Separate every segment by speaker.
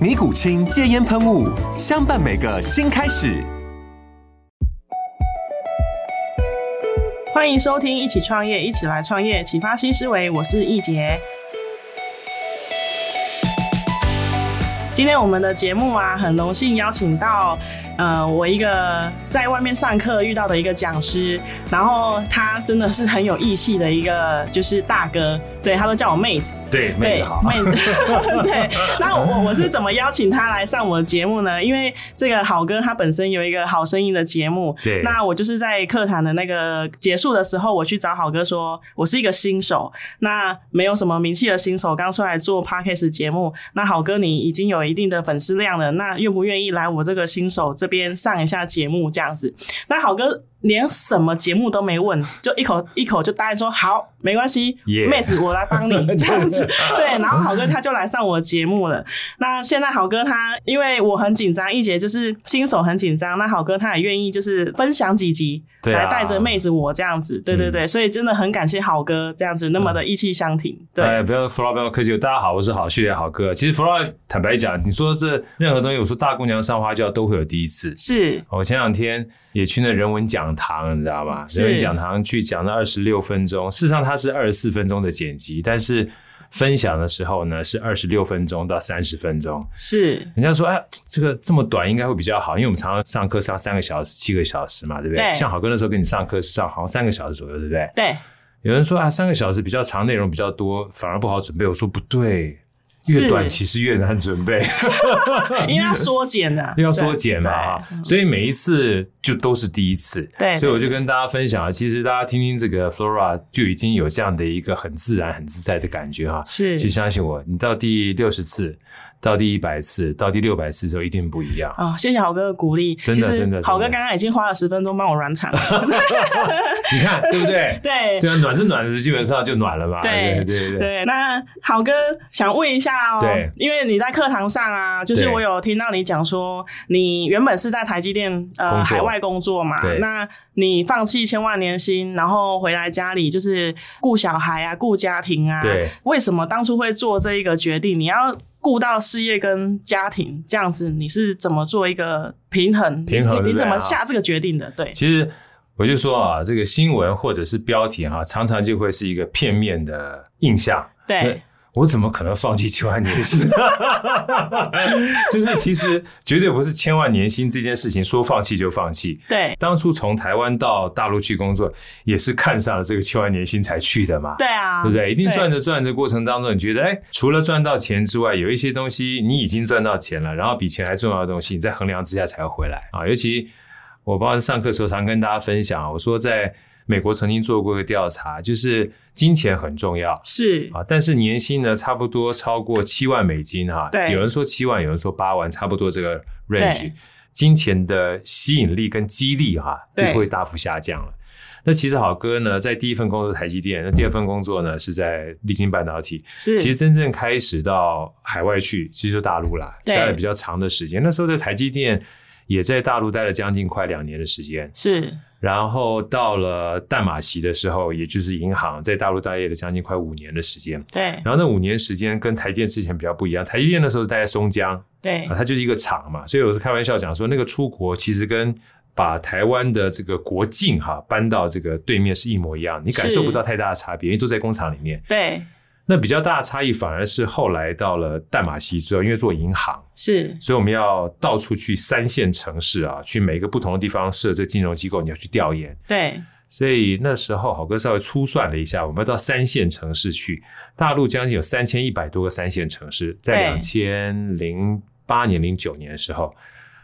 Speaker 1: 尼古清戒烟喷雾，相伴每个新开始。
Speaker 2: 欢迎收听《一起创业，一起来创业》，启发新思维。我是易杰。今天我们的节目啊，很荣幸邀请到，呃，我一个在外面上课遇到的一个讲师，然后他真的是很有义气的一个，就是大哥，对他都叫我妹子，
Speaker 3: 对，妹子好，
Speaker 2: 妹子，对。那我我是怎么邀请他来上我的节目呢？因为这个好哥他本身有一个好声音的节目，
Speaker 3: 对
Speaker 2: 那我就是在课堂的那个结束的时候，我去找好哥说，我是一个新手，那没有什么名气的新手，刚出来做 podcast 节目。那好哥，你已经有一定的粉丝量了，那愿不愿意来我这个新手这边上一下节目这样子？那好哥。连什么节目都没问，就一口一口就答应说好，没关系
Speaker 3: Yeah
Speaker 2: 妹子我来帮你 这样 子。对，然后好哥他就来上我的节目了。那现在好哥他，因为我很紧张，一姐就是新手很紧张，那好哥他也愿意就是分享几集，
Speaker 3: 对啊嗯
Speaker 2: 来带着妹子我这样子，对对对，所以真的很感谢好哥这样子那么的意气相挺，对。
Speaker 3: 哎，不要 f l o 不要客气，大家好，我是好序列好哥。其实 f l o 坦白讲，你说这任何东西，我说大姑娘上花轿都会有第一次。
Speaker 2: 是
Speaker 3: 我前两天也去那人文讲堂，你知道吗？
Speaker 2: 是
Speaker 3: 人文讲堂去讲了二十六分钟，事实上它是二十四分钟的剪辑，但是分享的时候呢是二十六分钟到三十分钟。
Speaker 2: 是，
Speaker 3: 人家说，哎，这个这么短应该会比较好，因为我们常常上课上三个小时、七个小时嘛，对不对？
Speaker 2: 对
Speaker 3: 像好哥那时候跟你上课是上好像三个小时左右，对不对？
Speaker 2: 对，
Speaker 3: 有人说啊，三个小时比较长，内容比较多，反而不好准备。我说不对，
Speaker 2: 是
Speaker 3: 越短其实越难 准备，
Speaker 2: 因为要缩减的，
Speaker 3: 要缩减嘛
Speaker 2: 对
Speaker 3: 哈。所以每一次就都是第一次，
Speaker 2: 对
Speaker 3: 所以我
Speaker 2: 对
Speaker 3: 就跟大家分享，啊其实大家听听这个 Flora 就已经有这样的一个很自然、很自在的感觉哈。
Speaker 2: 是
Speaker 3: 就相信我，你到第六十次、到第一百次、到第六百次的时候，一定不一 样。
Speaker 2: 啊、谢谢好哥的鼓励。
Speaker 3: 真的
Speaker 2: 其实
Speaker 3: 真的
Speaker 2: 好哥
Speaker 3: 真的
Speaker 2: 刚刚已经花了十分钟帮我暖场了。？
Speaker 3: 你看对不对
Speaker 2: 对
Speaker 3: 对啊，暖是暖的，基本上就暖了嘛。
Speaker 2: 对
Speaker 3: 对对对，
Speaker 2: 对，那好哥想问一下哦，
Speaker 3: 对
Speaker 2: 因为你在课堂上啊，就是
Speaker 3: 对
Speaker 2: 我有听到你讲说，你原本是在台积电
Speaker 3: 工
Speaker 2: 呃
Speaker 3: 作
Speaker 2: 海外工作嘛
Speaker 3: 对，
Speaker 2: 那你放弃千万年薪，然后回来家里就是顾小孩啊，顾家庭啊，
Speaker 3: 对，
Speaker 2: 为什么当初会做这一个决定？你要顾到事业跟家庭这样子，你是怎么做一个平衡？
Speaker 3: 平衡
Speaker 2: 你
Speaker 3: 对
Speaker 2: 你
Speaker 3: 不对
Speaker 2: 怎么
Speaker 3: 啊
Speaker 2: 下这个决定的？对，
Speaker 3: 其实我就说啊，这个新闻或者是标题哈、常常就会是一个片面的印象。
Speaker 2: 对，
Speaker 3: 我怎么可能放弃千万年薪？ 就是其实绝对不是千万年薪这件事情说放弃就放弃。
Speaker 2: 对，
Speaker 3: 当初从台湾到大陆去工作，也是看上了这个千万年薪才去的嘛。
Speaker 2: 对啊，
Speaker 3: 对不对？一定赚
Speaker 2: 着，
Speaker 3: 着赚着过程当中，你觉得哎，除了赚到钱之外，有一些东西你已经赚到钱了，然后比钱还重要的东西，你在衡量之下才会回来啊。尤其我包括上课的时候常跟大家分享，啊我说在美国曾经做过一个调查，就是金钱很重要。
Speaker 2: 是，
Speaker 3: 啊，但是年薪呢，差不多超过七万美金哈、
Speaker 2: 对
Speaker 3: 有人说七万，有人说八万，差不多这个
Speaker 2: 对
Speaker 3: range。金钱的吸引力跟激励哈、
Speaker 2: 对
Speaker 3: 就是会大幅下降了。那其实好哥呢，在第一份工作是台积电，那第二份工作呢是在立晶半导体。
Speaker 2: 是，
Speaker 3: 其实真正开始到海外去，其实就大陆啦，
Speaker 2: 对
Speaker 3: 待了比较长的时间。那时候在台积电也在大陆待了将近快两年的时间。
Speaker 2: 是。
Speaker 3: 然后到了淡马锡的时候，也就是银行在大陆待业了将近快五年的时间。
Speaker 2: 对
Speaker 3: 然后那五年时间跟台积电之前比较不一样，台积电的时候是待在松江，
Speaker 2: 对
Speaker 3: 啊，它就是一个厂嘛，所以我是开玩笑讲说，那个出国其实跟把台湾的这个国境哈、搬到这个对面是一模一样，你感受
Speaker 2: 是
Speaker 3: 不到太大的差别，因为都在工厂里面。
Speaker 2: 对
Speaker 3: 那比较大的差异反而是后来到了淡马锡之后，因为做银行，
Speaker 2: 是
Speaker 3: 所以我们要到处去三线城市啊，去每一个不同的地方设这金融机构，你要去调研。
Speaker 2: 对，
Speaker 3: 所以那时候好哥稍微粗算了一下，我们要到三线城市去，大陆将近有三千一百多个三线城市，在
Speaker 2: 对
Speaker 3: 两千零八年、零九年的时候，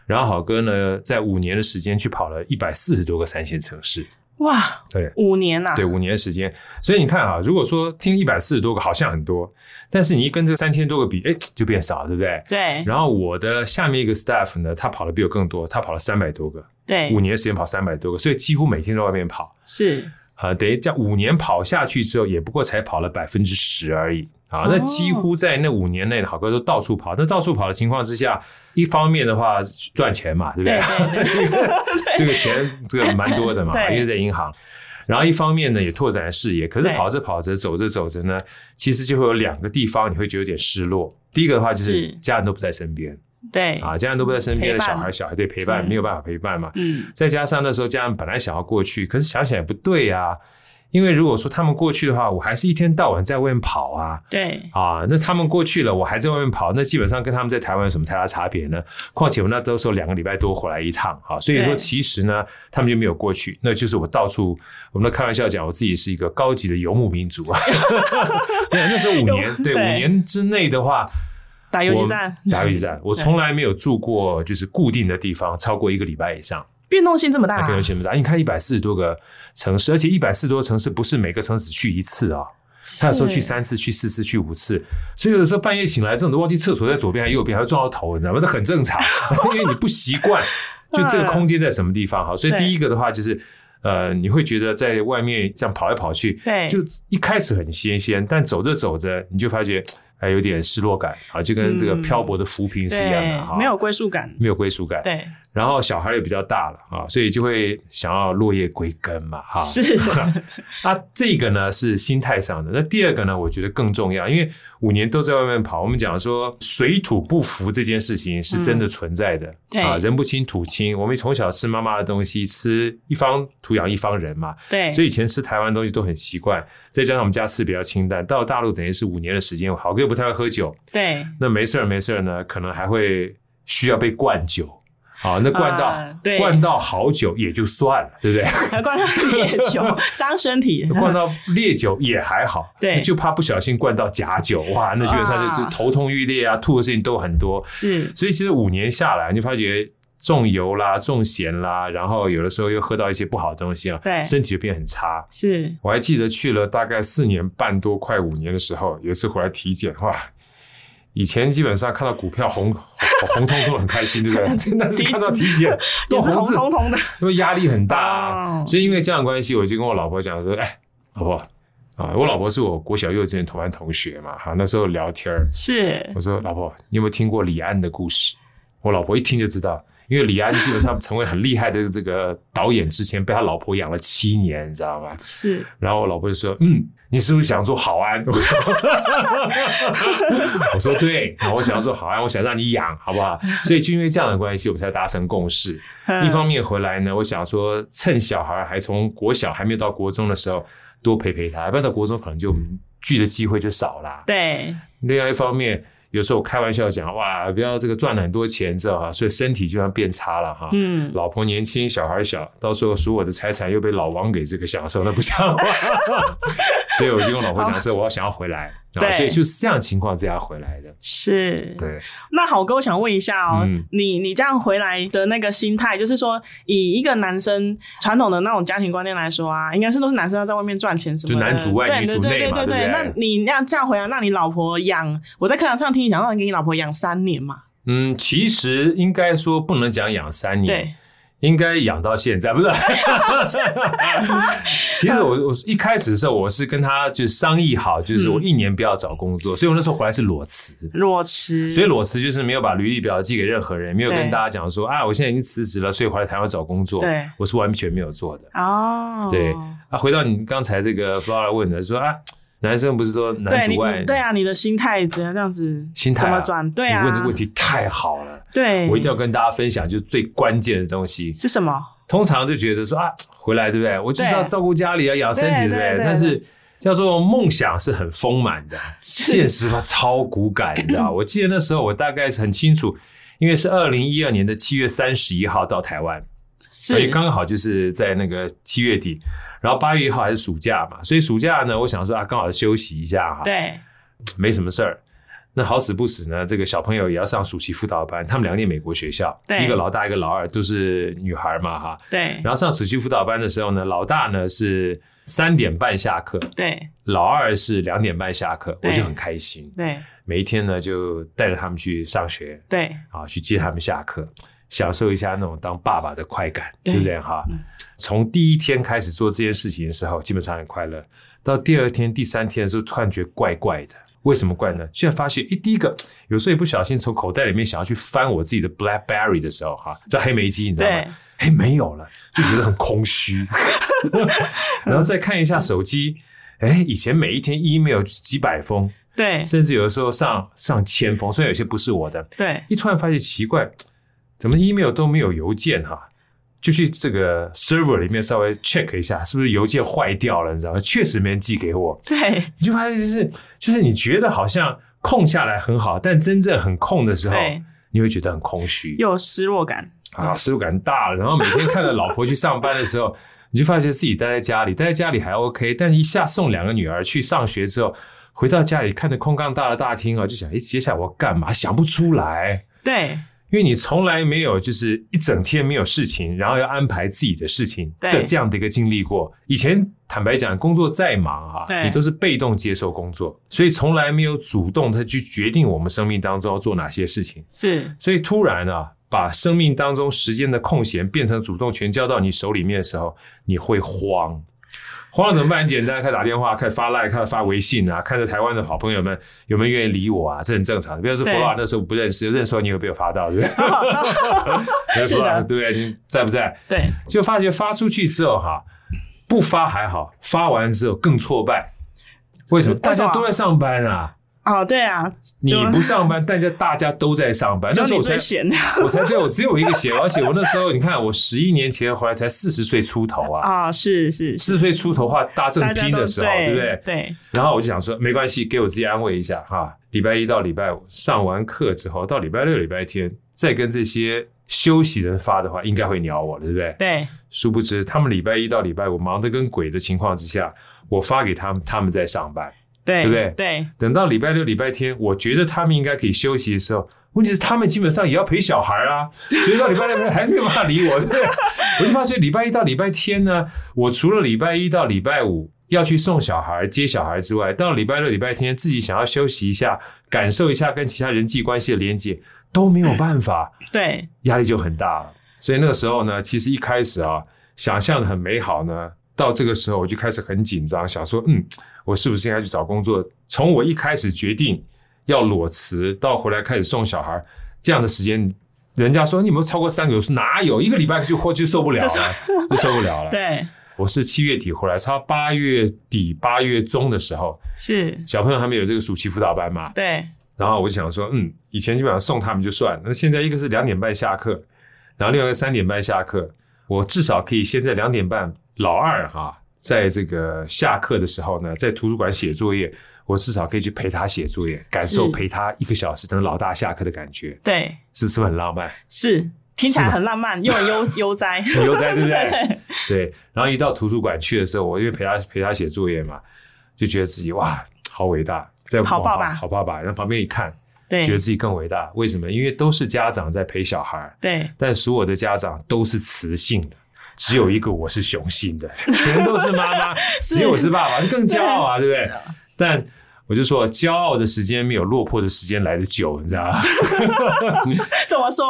Speaker 3: 然后好哥呢，在五年的时间去跑了一百四十多个三线城市，
Speaker 2: 哇，
Speaker 3: 对。
Speaker 2: 五年啊呐、
Speaker 3: 对，五年的时间，所以你看啊，如果说听一百四十多个好像很多，但是你一跟这三千多个比，哎，就变少了，对不对？
Speaker 2: 对
Speaker 3: 然后我的下面一个 staff 呢，他跑的比我更多，他跑了三百多个，五
Speaker 2: 对，
Speaker 3: 年的时间跑三百多个，所以几乎每天都在外面跑。
Speaker 2: 是
Speaker 3: 啊，等于这样五年跑下去之后，也不过才跑了百分之十而已啊。那
Speaker 2: 哦
Speaker 3: 几乎在那五年内，好哥都到处跑。那到处跑的情况之下，一方面的话赚钱嘛，对不
Speaker 2: 对
Speaker 3: 对？
Speaker 2: 对对
Speaker 3: 这个钱这个蛮多的嘛，
Speaker 2: 对
Speaker 3: 因为在银行。然后一方面呢，也拓展视野。可是
Speaker 2: 对
Speaker 3: 跑着跑着，走着走着呢，其实就会有两个地方你会觉得有点失落。第一个的话就是
Speaker 2: 是
Speaker 3: 家人都不在身边
Speaker 2: 对
Speaker 3: 啊，家人都不在身边
Speaker 2: 陪
Speaker 3: 的
Speaker 2: 伴
Speaker 3: 小孩，小孩对陪伴
Speaker 2: 嗯
Speaker 3: 没有办法陪伴嘛。
Speaker 2: 嗯，
Speaker 3: 再加上那时候家人本来想要过去，可是想想也不对啊，因为如果说他们过去的话，我还是一天到晚在外面跑啊。
Speaker 2: 对
Speaker 3: 啊，那他们过去了，我还在外面跑，那基本上跟他们在台湾有什么太大差别呢？况且我那都时候两个礼拜多回来一趟，啊，所以说
Speaker 2: 对
Speaker 3: 其实呢，他们就没有过去，那就是我到处，我们都开玩笑讲，我自己是一个高级的游牧民 族啊。对，那时候五年，对，
Speaker 2: 对
Speaker 3: 五年之内的话，
Speaker 2: 打游击
Speaker 3: 我
Speaker 2: 战，
Speaker 3: 打游击战，我
Speaker 2: 对
Speaker 3: 从来没有住过就是固定的地方超过一个礼拜以上。
Speaker 2: 变动性这么大、
Speaker 3: 那
Speaker 2: 啊
Speaker 3: 更有，钱不大。你看一百四十多个城市，而且一百四十多个城市不是每个城市只去一次啊、他有时候去
Speaker 2: 是
Speaker 3: 三次、去四次、去五次，所以有的时候半夜醒来，这种都忘记厕所在左边还是右边，还会撞到头，你知道吗？这很正常， 因为你不习惯，就这个空间在什么地方哈。所
Speaker 2: 嗯
Speaker 3: 以
Speaker 2: 对
Speaker 3: 第一个的话就是。呃，你会觉得在外面这样跑来跑去，
Speaker 2: 对
Speaker 3: 就一开始很新鲜，但走着走着你就发觉，哎，有点失落感啊，就跟这个
Speaker 2: 嗯
Speaker 3: 漂泊的浮萍是一样的哈、嗯
Speaker 2: 对，没有归属感，
Speaker 3: 没有归属感，
Speaker 2: 对，
Speaker 3: 然后小孩也比较大了啊，所以就会想要落叶归根嘛，哈、
Speaker 2: 是
Speaker 3: 啊，这个呢是心态上的。那第二个呢，我觉得更重要，因为五年都在外面跑，我们讲说水土不服这件事情是真的存在的、
Speaker 2: 嗯对
Speaker 3: 啊，人不亲土亲，我们从小吃妈妈的东西，吃一方土养一方人嘛，
Speaker 2: 对，
Speaker 3: 所以以前吃台湾东西都很习惯，再加上我们家吃比较清淡，到大陆等于是五年的时间，好哥又不太会喝酒，
Speaker 2: 对
Speaker 3: 那没事儿没事儿呢，可能还会需要被灌酒。啊，那灌到、
Speaker 2: 啊对
Speaker 3: 灌到好酒也就算了，对不 对？
Speaker 2: 还灌到野球， 伤身体，
Speaker 3: 灌到烈酒也还好，
Speaker 2: 对
Speaker 3: 就怕不小心灌到假酒，哇，那基本上就
Speaker 2: 啊
Speaker 3: 就头痛欲裂啊，吐的事情都很多。
Speaker 2: 是
Speaker 3: 所以其实五年下来，你就发觉重油啦、重咸啦，然后有的时候又喝到一些不好的东西啊，
Speaker 2: 对
Speaker 3: 身体就变很差。
Speaker 2: 是，
Speaker 3: 我还记得去了大概四年半多，快五年的时候，有一次回来体检，哇！以前基本上看到股票红红彤彤很开心，对不 对？但是看到体检
Speaker 2: 也
Speaker 3: 都
Speaker 2: 是
Speaker 3: 红
Speaker 2: 红
Speaker 3: 字，
Speaker 2: 彤 彤的，
Speaker 3: 因为压力很大、啊，
Speaker 2: 哦
Speaker 3: 所以因为这样的关系，我就跟我老婆讲说：“哎，老婆啊，我老婆是我国小幼稚园同班同学嘛，哈、那时候聊天儿，
Speaker 2: 是
Speaker 3: 我说老婆，你有没有听过李安的故事？”我老婆一听就知道，因为李安基本上成为很厉害的这个导演之前，被他老婆养了七年，你知道吗？
Speaker 2: 是，
Speaker 3: 然后我老婆就说：“嗯，你是不是想做好安？” 我说：“我说对，我想要做好安，我想让你养，好不好？”所以就因为这样的关系，我们才达成共识。
Speaker 2: 嗯
Speaker 3: 一方面回来呢，我想说，趁小孩还从国小还没有到国中的时候，多陪陪他，不然到国中可能就聚的机会就少啦。
Speaker 2: 嗯对
Speaker 3: 另外一方面，有时候我开玩笑讲，哇，不要这个赚了很多钱之后哈，所以身体就像变差了哈。
Speaker 2: 嗯
Speaker 3: 老婆年轻，小孩小，到时候属我的财产又被老王给这个享受，那不像 话。所以我就跟我老婆讲说，我要想要回来，啊，
Speaker 2: 哦对
Speaker 3: 所以就是这样情况之下回来的。
Speaker 2: 是，
Speaker 3: 对，
Speaker 2: 那好哥，我想问一下哦，
Speaker 3: 嗯
Speaker 2: 你你这样回来的那个心态，就是说，以一个男生传统的那种家庭观念来说啊，应该是都是男生要在外面赚钱什么的，
Speaker 3: 就男主外
Speaker 2: 对
Speaker 3: 女
Speaker 2: 对
Speaker 3: 主
Speaker 2: 对
Speaker 3: 内
Speaker 2: 对
Speaker 3: 嘛
Speaker 2: 对
Speaker 3: 对不对
Speaker 2: 那你那样这样回来，那你老婆养，我在课堂上听你讲，让你给你老婆养三年嘛，
Speaker 3: 嗯，其实应该说不能讲养三年，
Speaker 2: 对，
Speaker 3: 应该养到现在，不是？ 其实我我一开始的时候，我是跟他就是商议好，
Speaker 2: 嗯
Speaker 3: 就是我一年不要找工作，所以我那时候回来是裸辞。
Speaker 2: 裸辞，
Speaker 3: 所以裸辞就是没有把履历表寄给任何人，没有跟
Speaker 2: 对
Speaker 3: 大家讲说啊，我现在已经辞职了，所以回来台湾找工作。
Speaker 2: 对
Speaker 3: 我是完全没有做的。
Speaker 2: 哦，
Speaker 3: 对啊，回到你刚才这个 Flora 问的，说啊，男生不是说男
Speaker 2: 对
Speaker 3: 主
Speaker 2: 你
Speaker 3: 外，
Speaker 2: 你对啊，你的心态怎样这样子？
Speaker 3: 心态啊
Speaker 2: 怎么转？对啊，
Speaker 3: 你问这个问题太好了，
Speaker 2: 对，
Speaker 3: 我一定要跟大家分享，就是最关键的东西。
Speaker 2: 是什么？
Speaker 3: 通常就觉得说啊，回来对不对？我就是要
Speaker 2: 对
Speaker 3: 照顾家里啊，养身体对不
Speaker 2: 对对
Speaker 3: 对？
Speaker 2: 对
Speaker 3: 但是叫做梦想是很丰 满的，
Speaker 2: 是
Speaker 3: 现实嘛超骨感，你知 道？我记得那时候我大概是很清楚，因为是二零一二年的七月三十一号到台湾，所以
Speaker 2: 是
Speaker 3: 哎刚好就是在那个七月底，然后八月一号还是暑假嘛，所以暑假呢，我想说啊，刚好休息一下哈，
Speaker 2: 对，
Speaker 3: 没什么事儿。那好死不死呢，这个小朋友也要上暑期辅导班，他们两个念美国学校，
Speaker 2: 对
Speaker 3: 一个老大一个老二都是女孩嘛哈。
Speaker 2: 对，
Speaker 3: 然后上暑期辅导班的时候呢，老大呢是三点半下课，
Speaker 2: 对，
Speaker 3: 老二是两点半下课，
Speaker 2: 对
Speaker 3: 我就很开心。
Speaker 2: 对，
Speaker 3: 每一天呢就带着他们去上学
Speaker 2: 对，
Speaker 3: 啊，去接他们下课，享受一下那种当爸爸的快感，
Speaker 2: 对
Speaker 3: 对不对哈
Speaker 2: 嗯？
Speaker 3: 从第一天开始做这件事情的时候，基本上很快乐。到第二天、第三天的时候，突然觉得怪怪的。为什么怪呢？居然发现，诶，第一个，有时候也不小心从口袋里面想要去翻我自己的 BlackBerry 的时候，哈，叫黑莓机，你知道吗
Speaker 2: 对？
Speaker 3: 哎，没有了，就觉得很空虚。 然后再看一下手机，哎，以前每一天 email 几百封，
Speaker 2: 对，
Speaker 3: 甚至有的时候上上千封，虽然有些不是我的，
Speaker 2: 对，
Speaker 3: 一突然发现奇怪，怎么 email 都没有邮件哈、就去这个 server 里面稍微 check 一下，是不是邮件坏掉了？你知道吗？确实没人寄给我，
Speaker 2: 对，
Speaker 3: 你就发现就是就是你觉得好像空下来很好，但真正很空的时候
Speaker 2: 对，
Speaker 3: 你会觉得很空虚。
Speaker 2: 又有失落感，
Speaker 3: 啊，失落感大了。然后每天看着老婆去上班的时候，你就发现自己待在家里，待在家里还 OK，但是一下送两个女儿去上学之后，回到家里看着空荡荡的大厅啊，就想，诶，接下来我要干嘛？想不出来，
Speaker 2: 对，
Speaker 3: 因为你从来没有就是一整天没有事情，然后要安排自己的事情
Speaker 2: 对
Speaker 3: 的这样的一个经历过。以前坦白讲，工作再忙啊，
Speaker 2: 对
Speaker 3: 你都是被动接受工作，所以从来没有主动的去决定我们生命当中要做哪些事情。
Speaker 2: 是，
Speaker 3: 所以突然啊，把生命当中时间的空闲变成主动权交到你手里面的时候，你会慌。慌了怎么办？很简单，开始打电话，开始发 line，开始发微信啊，看着台湾的好朋友们有没有愿意理我啊，这很正常的。比如说
Speaker 2: 对
Speaker 3: 佛老那时候不认识，认识了你有没有发到， 对不对？对
Speaker 2: 是的
Speaker 3: 佛老对不对？你在不在？
Speaker 2: 对，
Speaker 3: 就发觉发出去之后哈、不发还好，发完之后更挫败。为什么？大
Speaker 2: 为什么
Speaker 3: 家都在上班啊，
Speaker 2: 哦，对啊，
Speaker 3: 你
Speaker 2: 就
Speaker 3: 不上班，大家大家都在上 班。
Speaker 2: 就
Speaker 3: 那时候
Speaker 2: 你
Speaker 3: 我
Speaker 2: 最
Speaker 3: 才
Speaker 2: 闲
Speaker 3: 我才对我只有一个鞋，而且我那时候你看，我十一年前回来才四十岁出头啊，
Speaker 2: 啊，是是
Speaker 3: 四十岁出头的话大正
Speaker 2: 大家
Speaker 3: 拼
Speaker 2: 都
Speaker 3: 的时候，对
Speaker 2: 对
Speaker 3: 不对？
Speaker 2: 对
Speaker 3: 然后我就想说，没关系，给我自己安慰一下哈。礼拜一到礼拜五上完课之后，到礼拜六、礼拜天再跟这些休息人发的话，应该会鸟我，对不对？
Speaker 2: 对
Speaker 3: 殊不知，他们礼拜一到礼拜五忙得跟鬼的情况之下，我发给他们，他们在上班。
Speaker 2: 对
Speaker 3: 对不对
Speaker 2: 对
Speaker 3: 等到礼拜六、礼拜天，我觉得他们应该可以休息的时候，问题是他们基本上也要陪小孩啊，所以到礼拜六还是没有办法理我。对不对我就发觉礼拜一到礼拜天呢，我除了礼拜一到礼拜五要去送小孩、接小孩之外，到礼拜六、礼拜天自己想要休息一下，感受一下跟其他人际关系的连接，都没有办法，
Speaker 2: 对
Speaker 3: 压力就很大了。所以那个时候呢，其实一开始啊，想象的很美好呢，到这个时候我就开始很紧张，想说，嗯，我是不是应该去找工作？从我一开始决定要裸辞，到回来开始送小孩，这样的时间，人家说你有没有超过三个月？我说哪有，一个礼拜就或就受不了了， 就受不了了。
Speaker 2: 对
Speaker 3: 我是七月底回来，差不多八月底八月中的时候，
Speaker 2: 是，
Speaker 3: 小朋友还没有这个暑期辅导班嘛，
Speaker 2: 对
Speaker 3: 然后我就想说，嗯，以前基本上送他们就算了，那现在一个是两点半下课，然后另外一个三点半下课，我至少可以先在两点半，老二哈，在这个下课的时候呢，在图书馆写作业，我至少可以去陪他写作业，感受
Speaker 2: 是
Speaker 3: 陪他一个小时等老大下课的感觉，
Speaker 2: 对
Speaker 3: 是不是很浪漫？
Speaker 2: 是，听起来
Speaker 3: 是吗
Speaker 2: 很浪漫，又很悠悠哉，
Speaker 3: 很悠哉对不对
Speaker 2: 对
Speaker 3: 对，然后一到图书馆去的时候，我因为陪他陪他写作业嘛，就觉得自己哇，好伟大，对
Speaker 2: 好爸爸
Speaker 3: 好爸爸，然后旁边一看，
Speaker 2: 对
Speaker 3: 觉得自己更伟大，为什么？因为都是家长在陪小孩。
Speaker 2: 对
Speaker 3: 但所有的家长都是雌性的，只有一个我是雄性 的，全都是妈妈，只有我是爸爸，更骄傲啊，对不对？但我就说，骄傲的时间没有落魄的时间来的久，你知 道吗？
Speaker 2: 怎么说？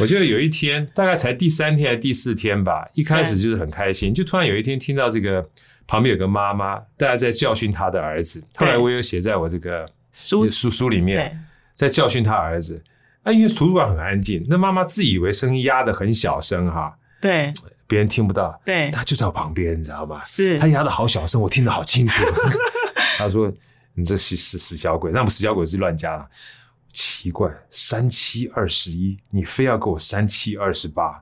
Speaker 3: 我就有一天，大概才第三天还是第四天吧，一开始就是很开心，就突然有一天听到这个旁边有个妈妈，大家在教训她的儿子。后来我有写在我这个
Speaker 2: 书
Speaker 3: 书书里面，
Speaker 2: 对
Speaker 3: 在教训他儿子。啊，因为图书馆很安静，那妈妈自以为声音压得很小声哈，
Speaker 2: 对
Speaker 3: 别人听不到。
Speaker 2: 对
Speaker 3: 他就在我旁边，你知道吗？
Speaker 2: 是
Speaker 3: 他，压的好小声，我听得好清楚。 他说：“你这死死死小鬼，那么死小鬼是乱加的。”奇怪，三七二十一，你非要给我三七二十八，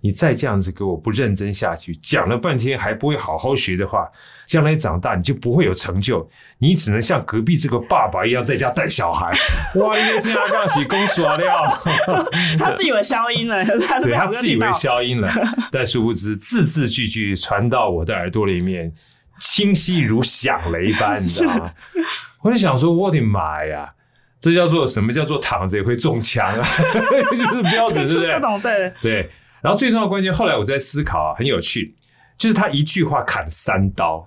Speaker 3: 你再这样子给我不认真下去，讲了半天还不会好好学的话，将来长大你就不会有成就，你只能像隔壁这个爸爸一样在家带小孩。哇，因为这样让起公耍了，
Speaker 2: 他自以为消音了，可是他是
Speaker 3: 对
Speaker 2: 被
Speaker 3: 他
Speaker 2: 豪哥
Speaker 3: 自以
Speaker 2: 听到
Speaker 3: 为。消音了， 但殊不知字字句句传到我的耳朵里面，清晰如响雷般，你知道 吗？我就想说，我的妈呀！这叫做什么叫做躺着也会中枪啊？ 就是标
Speaker 2: 这
Speaker 3: 准，对
Speaker 2: 出
Speaker 3: 不对
Speaker 2: 这？种对，
Speaker 3: 对，然后最重要的关键，后来我在思考啊，很有趣，就是他一句话砍三刀，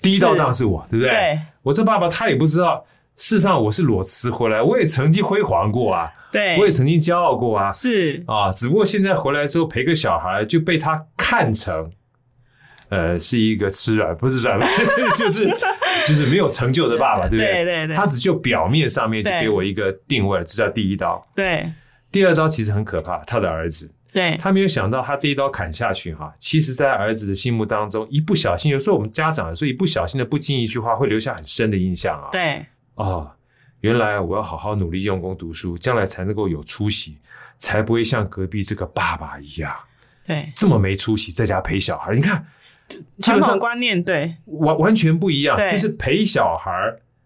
Speaker 3: 第一刀
Speaker 2: 是
Speaker 3: 当然是我，对不对？
Speaker 2: 对
Speaker 3: 我这爸爸他也不知道，事实上我是裸辞回来，我也曾经辉煌过啊，
Speaker 2: 对，
Speaker 3: 我也曾经骄傲过啊，
Speaker 2: 是
Speaker 3: 啊，只不过现在回来之后陪个小孩，就被他看成。呃，是一个吃软不是软饭， 就是就是没有成就的爸爸，对不对？
Speaker 2: 对对对
Speaker 3: 他只就表面上面就
Speaker 2: 对
Speaker 3: 给我一个定位了，这叫第一刀。
Speaker 2: 对
Speaker 3: 第二刀其实很可怕，他的儿子。
Speaker 2: 对
Speaker 3: 他没有想到，他这一刀砍下去哈，其实，在儿子的心目当中，一不小心，有时候我们家长有时候一不小心的不经意一句话，会留下很深的印象啊。
Speaker 2: 对
Speaker 3: 哦，原来我要好好努力用功读书，将来才能够有出息，才不会像隔壁这个爸爸一样
Speaker 2: 对，
Speaker 3: 这么没出息，在家陪小孩。你看，
Speaker 2: 传
Speaker 3: 基本
Speaker 2: 统
Speaker 3: 上
Speaker 2: 观念对
Speaker 3: 完完全不一样，
Speaker 2: 对
Speaker 3: 就是陪小孩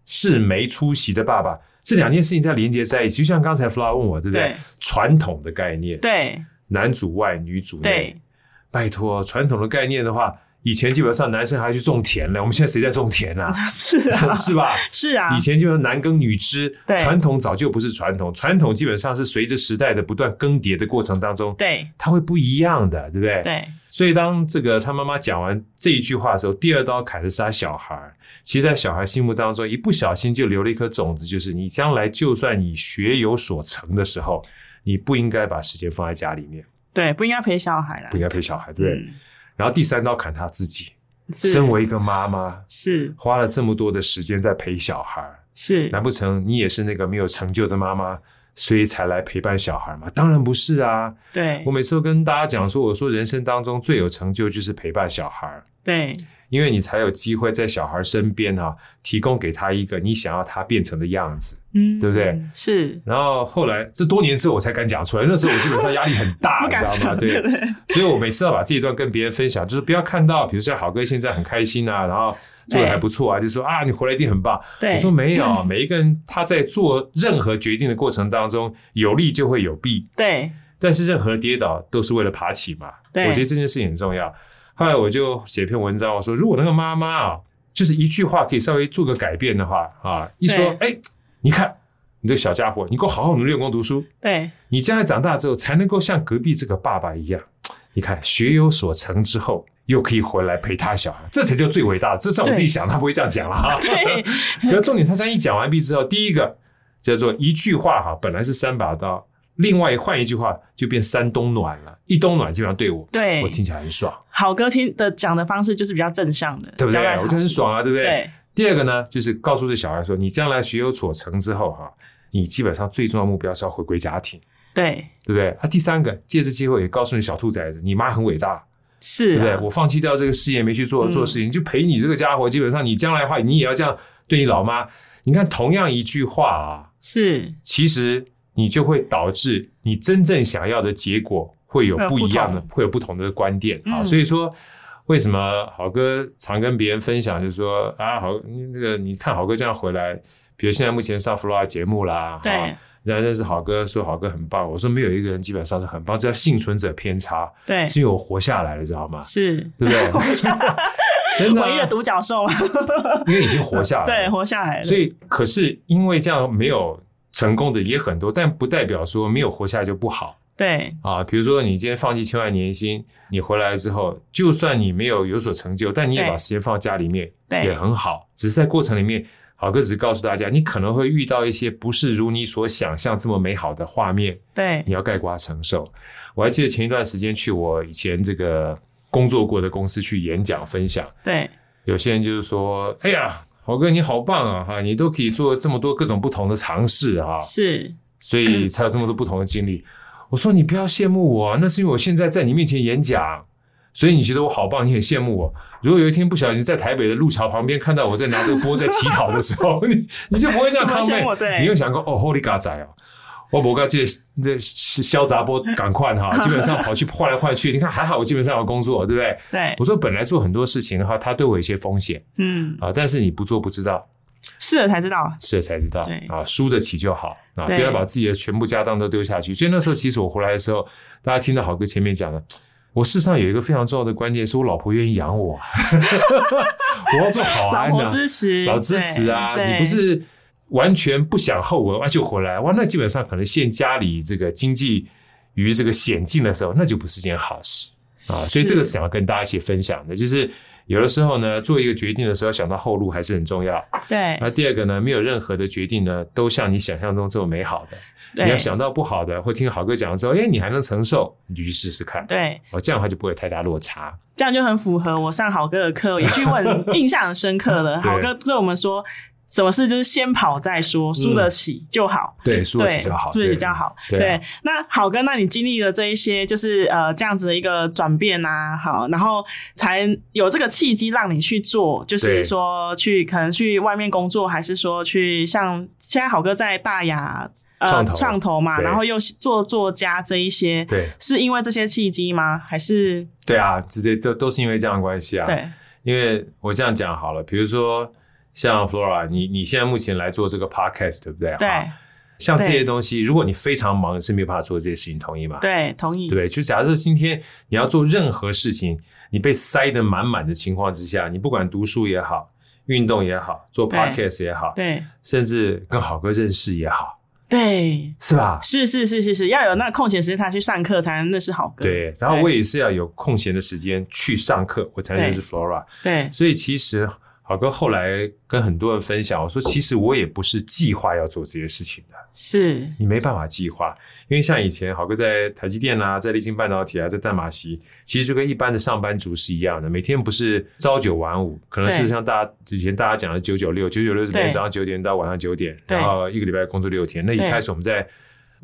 Speaker 3: 是没出息的爸爸，这两件事情在连接在一起。就像刚才 Fla 问我，对不对？
Speaker 2: 对
Speaker 3: 传统的概念，
Speaker 2: 对
Speaker 3: 男主外女主内。
Speaker 2: 对
Speaker 3: 拜托，传统的概念的话，以前基本上男生还去种田了，我们现在谁在种 田啊？
Speaker 2: 是啊
Speaker 3: 是吧？
Speaker 2: 是啊
Speaker 3: 以，前基本上男耕女织，
Speaker 2: 对
Speaker 3: 传统早就不是传统，传统基本上是随着时代的不断更迭的过程当中，
Speaker 2: 对
Speaker 3: 它会不一样的，对不对？。
Speaker 2: 对
Speaker 3: 所以当这个他妈妈讲完这一句话的时候，第二刀砍的是他小孩儿。其实，在小孩心目当中，一不小心就留了一颗种子，就是你将来就算你学有所成的时候，你不应该把时间放在家里面，
Speaker 2: 对，不应该陪小孩啦
Speaker 3: 不。应该陪小孩，对不对？
Speaker 2: 嗯，
Speaker 3: 然后第三刀砍他自己。
Speaker 2: 是
Speaker 3: 身为一个妈妈，
Speaker 2: 是
Speaker 3: 花了这么多的时间在陪小孩儿，
Speaker 2: 是
Speaker 3: 难不成你也是那个没有成就的妈妈，所以才来陪伴小孩吗？当然不是啊！
Speaker 2: 对
Speaker 3: 我每次都跟大家讲说，我说人生当中最有成就就是陪伴小孩儿，
Speaker 2: 对
Speaker 3: 因为你才有机会在小孩儿身边啊，提供给他一个你想要他变成的样子。
Speaker 2: 嗯，
Speaker 3: 对不对？
Speaker 2: 是
Speaker 3: 然后后来，这多年之后我才敢讲出来，那时候我基本上压力很
Speaker 2: 不
Speaker 3: 大，你知
Speaker 2: 敢
Speaker 3: 道吗？
Speaker 2: 讲，对，
Speaker 3: 对
Speaker 2: 对
Speaker 3: 所以我每次要把这一段跟别人分享，就是不要看到，比如像好哥现在很开心啊，然后做的还不错啊，就说啊你回来一定很棒。
Speaker 2: 对
Speaker 3: 我说没有，每一个人他在做任何决定的过程当中，有利就会有弊，
Speaker 2: 对
Speaker 3: 但是任何跌倒都是为了爬起嘛。
Speaker 2: 对
Speaker 3: 我觉得这件事情很重要。后来我就写篇文章，我说如果那个妈妈啊，就是一句话可以稍微做个改变的话啊，一说哎，你看你这个小家伙，你给我好好努力用功读书，
Speaker 2: 对
Speaker 3: 你将来长大之后，才能够像隔壁这个爸爸一样，你看学有所成之后，又可以回来陪他小孩，这才叫最伟大的。至少我自己
Speaker 2: 对
Speaker 3: 想，他不会这样讲了哈。
Speaker 2: 对
Speaker 3: 可是重点，他这样一讲完毕之后，第一个叫做一句话哈，本来是三把刀，另外换一句话就变三冬暖了。一冬暖基本上对我，
Speaker 2: 对
Speaker 3: 我听起来很爽，
Speaker 2: 好哥听的讲的方式就是比较正向的，
Speaker 3: 对不对
Speaker 2: 交代？好
Speaker 3: 我就很
Speaker 2: 事
Speaker 3: 爽啊，对不对？
Speaker 2: 对
Speaker 3: 第二个呢，就是告诉这小孩说，你将来学有所成之后哈、你基本上最重要的目标是要回归家庭。
Speaker 2: 对
Speaker 3: 对不对？啊，第三个，借这机会也告诉你小兔崽子，你妈很伟大，
Speaker 2: 是
Speaker 3: 对不对？
Speaker 2: 啊，
Speaker 3: 我放弃掉这个事业，没去做
Speaker 2: 嗯
Speaker 3: 做事情，就陪你这个家伙。基本上，你将来的话，你也要这样对你老妈。你看，同样一句话啊，
Speaker 2: 是
Speaker 3: 其实你就会导致你真正想要的结果会有
Speaker 2: 会有
Speaker 3: 不一样
Speaker 2: 不
Speaker 3: 的，
Speaker 2: 同
Speaker 3: 会有不同的观点啊。
Speaker 2: 嗯
Speaker 3: 所以说，为什么好哥常跟别人分享，就是说啊，好，你那个你看好哥这样回来，比如现在目前上 Flora 节目啦，啊
Speaker 2: 对
Speaker 3: 人家认识好哥，说好哥很棒。我说没有一个人基本上是很棒，只要幸存者偏差，
Speaker 2: 对
Speaker 3: 只有我活下来了，知道吗？
Speaker 2: 是
Speaker 3: 对不 对？ 真的、
Speaker 2: 唯一的
Speaker 3: 啊，
Speaker 2: 独角兽嘛，
Speaker 3: 因为已经活下来
Speaker 2: 对，
Speaker 3: 了。
Speaker 2: 活下来了，
Speaker 3: 所以，可是因为这样没有成功的也很多，但不代表说没有活下来就不好
Speaker 2: 对
Speaker 3: 啊。比如说，你今天放弃千万年薪，你回来之后，就算你没有有所成就，但你也
Speaker 2: 对
Speaker 3: 把时间放家里面，
Speaker 2: 对
Speaker 3: 也很好。只是在过程里面，好哥只是告诉大家，你可能会遇到一些不是如你所想象这么美好的画面。
Speaker 2: 对
Speaker 3: 你要盖瓜承受。我还记得前一段时间去我以前这个工作过的公司去演讲分享，
Speaker 2: 对
Speaker 3: 有些人就是说：“哎呀，豪哥你好棒啊，哈，你都可以做这么多各种不同的尝试啊，
Speaker 2: 是，
Speaker 3: 所以才有这么多不同的经历。”我说：“你不要羡慕我啊，那是因为我现在在你面前演讲。”所以你觉得我好棒，你很羡慕我。如果有一天不小心在台北的路桥旁边看到我在拿这个钵在乞讨的时候，你你就不会这样
Speaker 2: 怎么
Speaker 3: 康
Speaker 2: 羡慕
Speaker 3: 妹，
Speaker 2: 对
Speaker 3: 你又想过哦，Holy God 仔哦，我不告这这潇洒波赶快哈，基本上跑去换来换去。你看还好，我基本上有工作，对不对？
Speaker 2: 对，
Speaker 3: 我说本来做很多事情的话，它都有一些风险
Speaker 2: 嗯，
Speaker 3: 啊，但是你不做不知道，
Speaker 2: 试了才知道，
Speaker 3: 试了才知道
Speaker 2: 对
Speaker 3: 啊，输得起就好啊，
Speaker 2: 对
Speaker 3: 不要把自己的全部家当都丢下去。所以那时候其实我回来的时候，大家听到好哥前面讲的，我事实上有一个非常重要的关键，是我老婆愿意养我， 我要做好
Speaker 2: 老
Speaker 3: 安
Speaker 2: 婆
Speaker 3: 呢、
Speaker 2: 支持，
Speaker 3: 老支持啊，
Speaker 2: 对
Speaker 3: 你不是完全不想后文啊就回来哇，那基本上可能陷家里这个经济于这个险境的时候，那就不是件好事啊。所以这个
Speaker 2: 是
Speaker 3: 是想要跟大家一起分享的，就是有的时候呢，做一个决定的时候，想到后路还是很重要。
Speaker 2: 对
Speaker 3: 那第二个呢，没有任何的决定呢，都像你想象中这么美好的。
Speaker 2: 对，
Speaker 3: 你要想到不好的，或听好哥讲的时候，哎，你还能承受，你就去试试看。
Speaker 2: 对，
Speaker 3: 哦，这样的话就不会有太大落差。
Speaker 2: 这样就很符合我上好哥的 课，一句问印象很深刻的，
Speaker 3: 对
Speaker 2: 好哥对我们说。什么事就是先跑再说，输得起就好。
Speaker 3: 对，说
Speaker 2: 对，
Speaker 3: 起就好，
Speaker 2: 对比较好。
Speaker 3: 对啊
Speaker 2: 那好哥，那你经历了这一些，就是呃这样子的一个转变啊，好，然后才有这个契机让你去做，就是
Speaker 3: 对
Speaker 2: 说去可能去外面工作，还是说去像现在好哥在大雅呃
Speaker 3: 创投
Speaker 2: 创投嘛，
Speaker 3: 对
Speaker 2: 然后又做作家这一些，
Speaker 3: 对
Speaker 2: 是因为这些契机吗？还是
Speaker 3: 对啊，直接都都是因为这样的关系啊。，
Speaker 2: 对
Speaker 3: 因为我这样讲好了，比如说像 Flora，你你现在目前来做这个 podcast，对不对？
Speaker 2: 对
Speaker 3: 哈像这些
Speaker 2: 对
Speaker 3: 东西，如果你非常忙，是没有办法做这些事情，同意吗？
Speaker 2: 对，同意
Speaker 3: 对不，对？就假设今天你要做任何事情，你被塞得满满的情况之下，你不管读书也好，运动也好，做
Speaker 2: 对
Speaker 3: podcast 也好，
Speaker 2: 对
Speaker 3: 甚至跟好哥认识也好，
Speaker 2: 对，
Speaker 3: 是吧？
Speaker 2: 是是是是是，要有那空闲时间才去上课，才能认识好哥。
Speaker 3: 对，然后我也是要有空闲的时间去上课，我才能认识 Flora。
Speaker 2: 对
Speaker 3: 所以其实好哥后来跟很多人分享，我说其实我也不是计划要做这些事情的，
Speaker 2: 是，
Speaker 3: 你没办法计划，因为像以前好哥在台积电啊，在立晶半导体啊，在淡马锡，其实就跟一般的上班族是一样的，每天不是朝九晚五，可能
Speaker 2: 对
Speaker 3: 事实上大家以前大家讲的九九六，九九六是每天
Speaker 2: 对
Speaker 3: 早上九点到晚上九点，
Speaker 2: 对
Speaker 3: 然后一个礼拜工作六天。那一
Speaker 2: 对
Speaker 3: 开始我们在，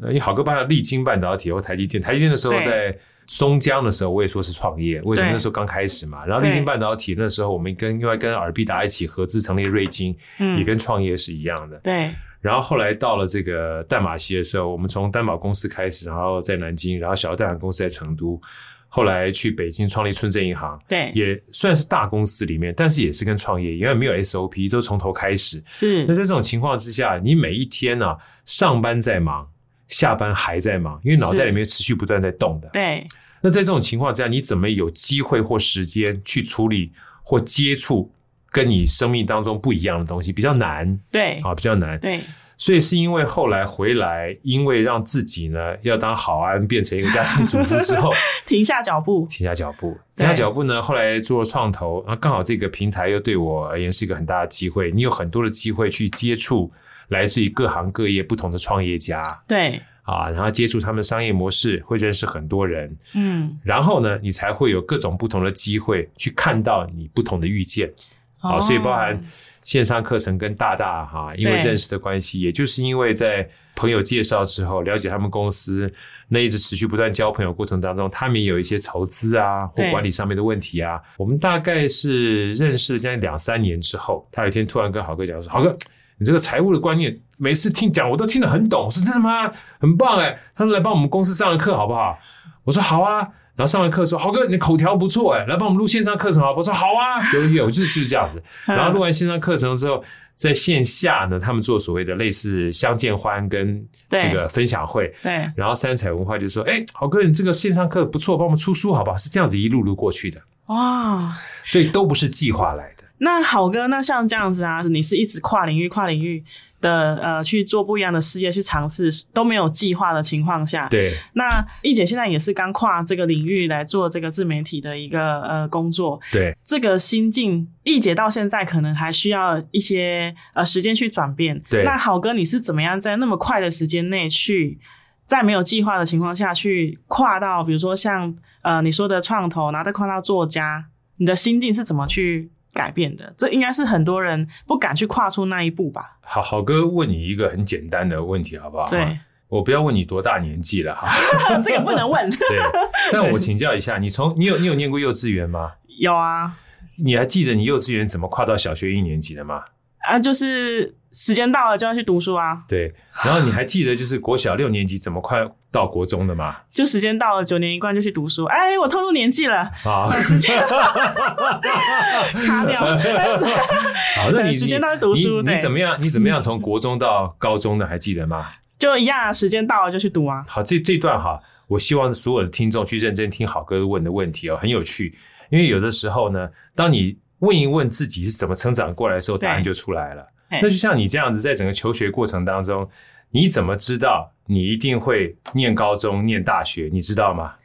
Speaker 3: 呃因为好哥搬到立晶半导体或台积电，台积电的时候
Speaker 2: 对
Speaker 3: 在。松江的时候，我也说是创业，为什么
Speaker 2: 对
Speaker 3: 那时候刚开始嘛？然后
Speaker 2: 对
Speaker 3: 立晶半导体那时候，我们跟另外跟尔必达一起合资成立瑞晶，
Speaker 2: 嗯
Speaker 3: 也，跟创业是一样的。
Speaker 2: 对
Speaker 3: 然后后来到了这个淡马锡的时候，我们从担保公司开始，然后在南京，然后小额贷款公司在成都，后来去北京创立村镇银行，
Speaker 2: 对，
Speaker 3: 也算是大公司里面，但是也是跟创业，因为没有 SOP，都从头开始。那
Speaker 2: 是
Speaker 3: 在这种情况之下，你每一天呢、上班在忙，下班还在忙，因为脑袋里面持续不断在动的。
Speaker 2: 对
Speaker 3: 那在这种情况之下，你怎么有机会或时间去处理或接触跟你生命当中不一样的东西？比较难
Speaker 2: 对
Speaker 3: 啊，比较难。
Speaker 2: 对
Speaker 3: 所以是因为后来回来，因为让自己呢要当好安，变成一个家庭主妇之 后，
Speaker 2: 停下脚步，
Speaker 3: 停下脚步，
Speaker 2: 对
Speaker 3: 停下脚步呢，后来做创投，啊，刚好这个平台又对我而言是一个很大的机会，你有很多的机会去接触来自于各行各业不同的创业家
Speaker 2: 对，
Speaker 3: 啊，然后接触他们商业模式，会认识很多人，
Speaker 2: 嗯，
Speaker 3: 然后呢，你才会有各种不同的机会去看到你不同的遇见。啊，所以包含
Speaker 2: 哦
Speaker 3: 线上课程跟大大哈、因为
Speaker 2: 对
Speaker 3: 认识的关系，也就是因为在朋友介绍之后，了解他们公司，那一直持续不断交朋友过程当中，他们也有一些筹资啊或
Speaker 2: 对
Speaker 3: 管理上面的问题啊。我们大概是认识了将近两三年之后，他有一天突然跟豪哥讲说：“豪哥，你这个财务的观念，每次听讲我都听得很懂，是真的吗？很棒哎、他说来帮我们公司上个课好不好？我说好啊。然后上完课说，豪哥，你的口条不错哎、来帮我们录线上课程好不好？我说好啊，有有就是就是这样子。
Speaker 2: 嗯
Speaker 3: 然后录完线上课程之后，在线下呢，他们做所谓的类似相见欢跟这个分享会，
Speaker 2: 对
Speaker 3: 然后三彩文化就说，哎，豪哥，你这个线上课不错，帮我们出书好不好？是这样子一路路过去的，
Speaker 2: 哇。
Speaker 3: 所以都不是计划来的。
Speaker 2: 那好哥，那像这样子啊，你是一直跨领域、跨领域的呃去做不一样的事业去尝试，都没有计划的情况下，
Speaker 3: 对，
Speaker 2: 那易姐现在也是刚跨这个领域来做这个自媒体的一个呃工作，
Speaker 3: 对，
Speaker 2: 这个心境，易姐到现在可能还需要一些呃时间去转变。
Speaker 3: 对
Speaker 2: 那好哥，你是怎么样在那么快的时间内去，在没有计划的情况下去跨到，比如说像呃你说的创投，然后再跨到作家，你的心境是怎么去改变的？这应该是很多人不敢去跨出那一步吧？
Speaker 3: 好好哥问你一个很简单的问题好不好？
Speaker 2: 对，
Speaker 3: 我不要问你多大年纪了哈。
Speaker 2: 这个不能问。
Speaker 3: 对，但我请教一下，你从你有你有念过幼稚园吗？
Speaker 2: 有啊，
Speaker 3: 你还记得你幼稚园怎么跨到小学一年级的吗？
Speaker 2: 啊，就是时间到了就要去读书啊，
Speaker 3: 对，然后你还记得就是国小六年级怎么快到国中的吗？
Speaker 2: 就时间到了九年一贯就去读书。哎，我透露年纪了，
Speaker 3: 啊，
Speaker 2: 哦时间 卡掉。但是
Speaker 3: 好，那你
Speaker 2: 对时间到就读书
Speaker 3: 你你
Speaker 2: 对
Speaker 3: 你怎么样？你怎么样从国中到高中的还记得吗？
Speaker 2: 就一样啊，时间到了就去读啊。
Speaker 3: 好，这这段哈，我希望所有的听众去认真听好哥问的问题哦，很有趣。因为有的时候呢，当你问一问自己是怎么成长过来的时候，
Speaker 2: 对
Speaker 3: 答案就出来了。
Speaker 2: 嘿
Speaker 3: 那就像你这样子，在整个求学过程当中，你怎么知道你一定会念高中、念大学？你知道吗？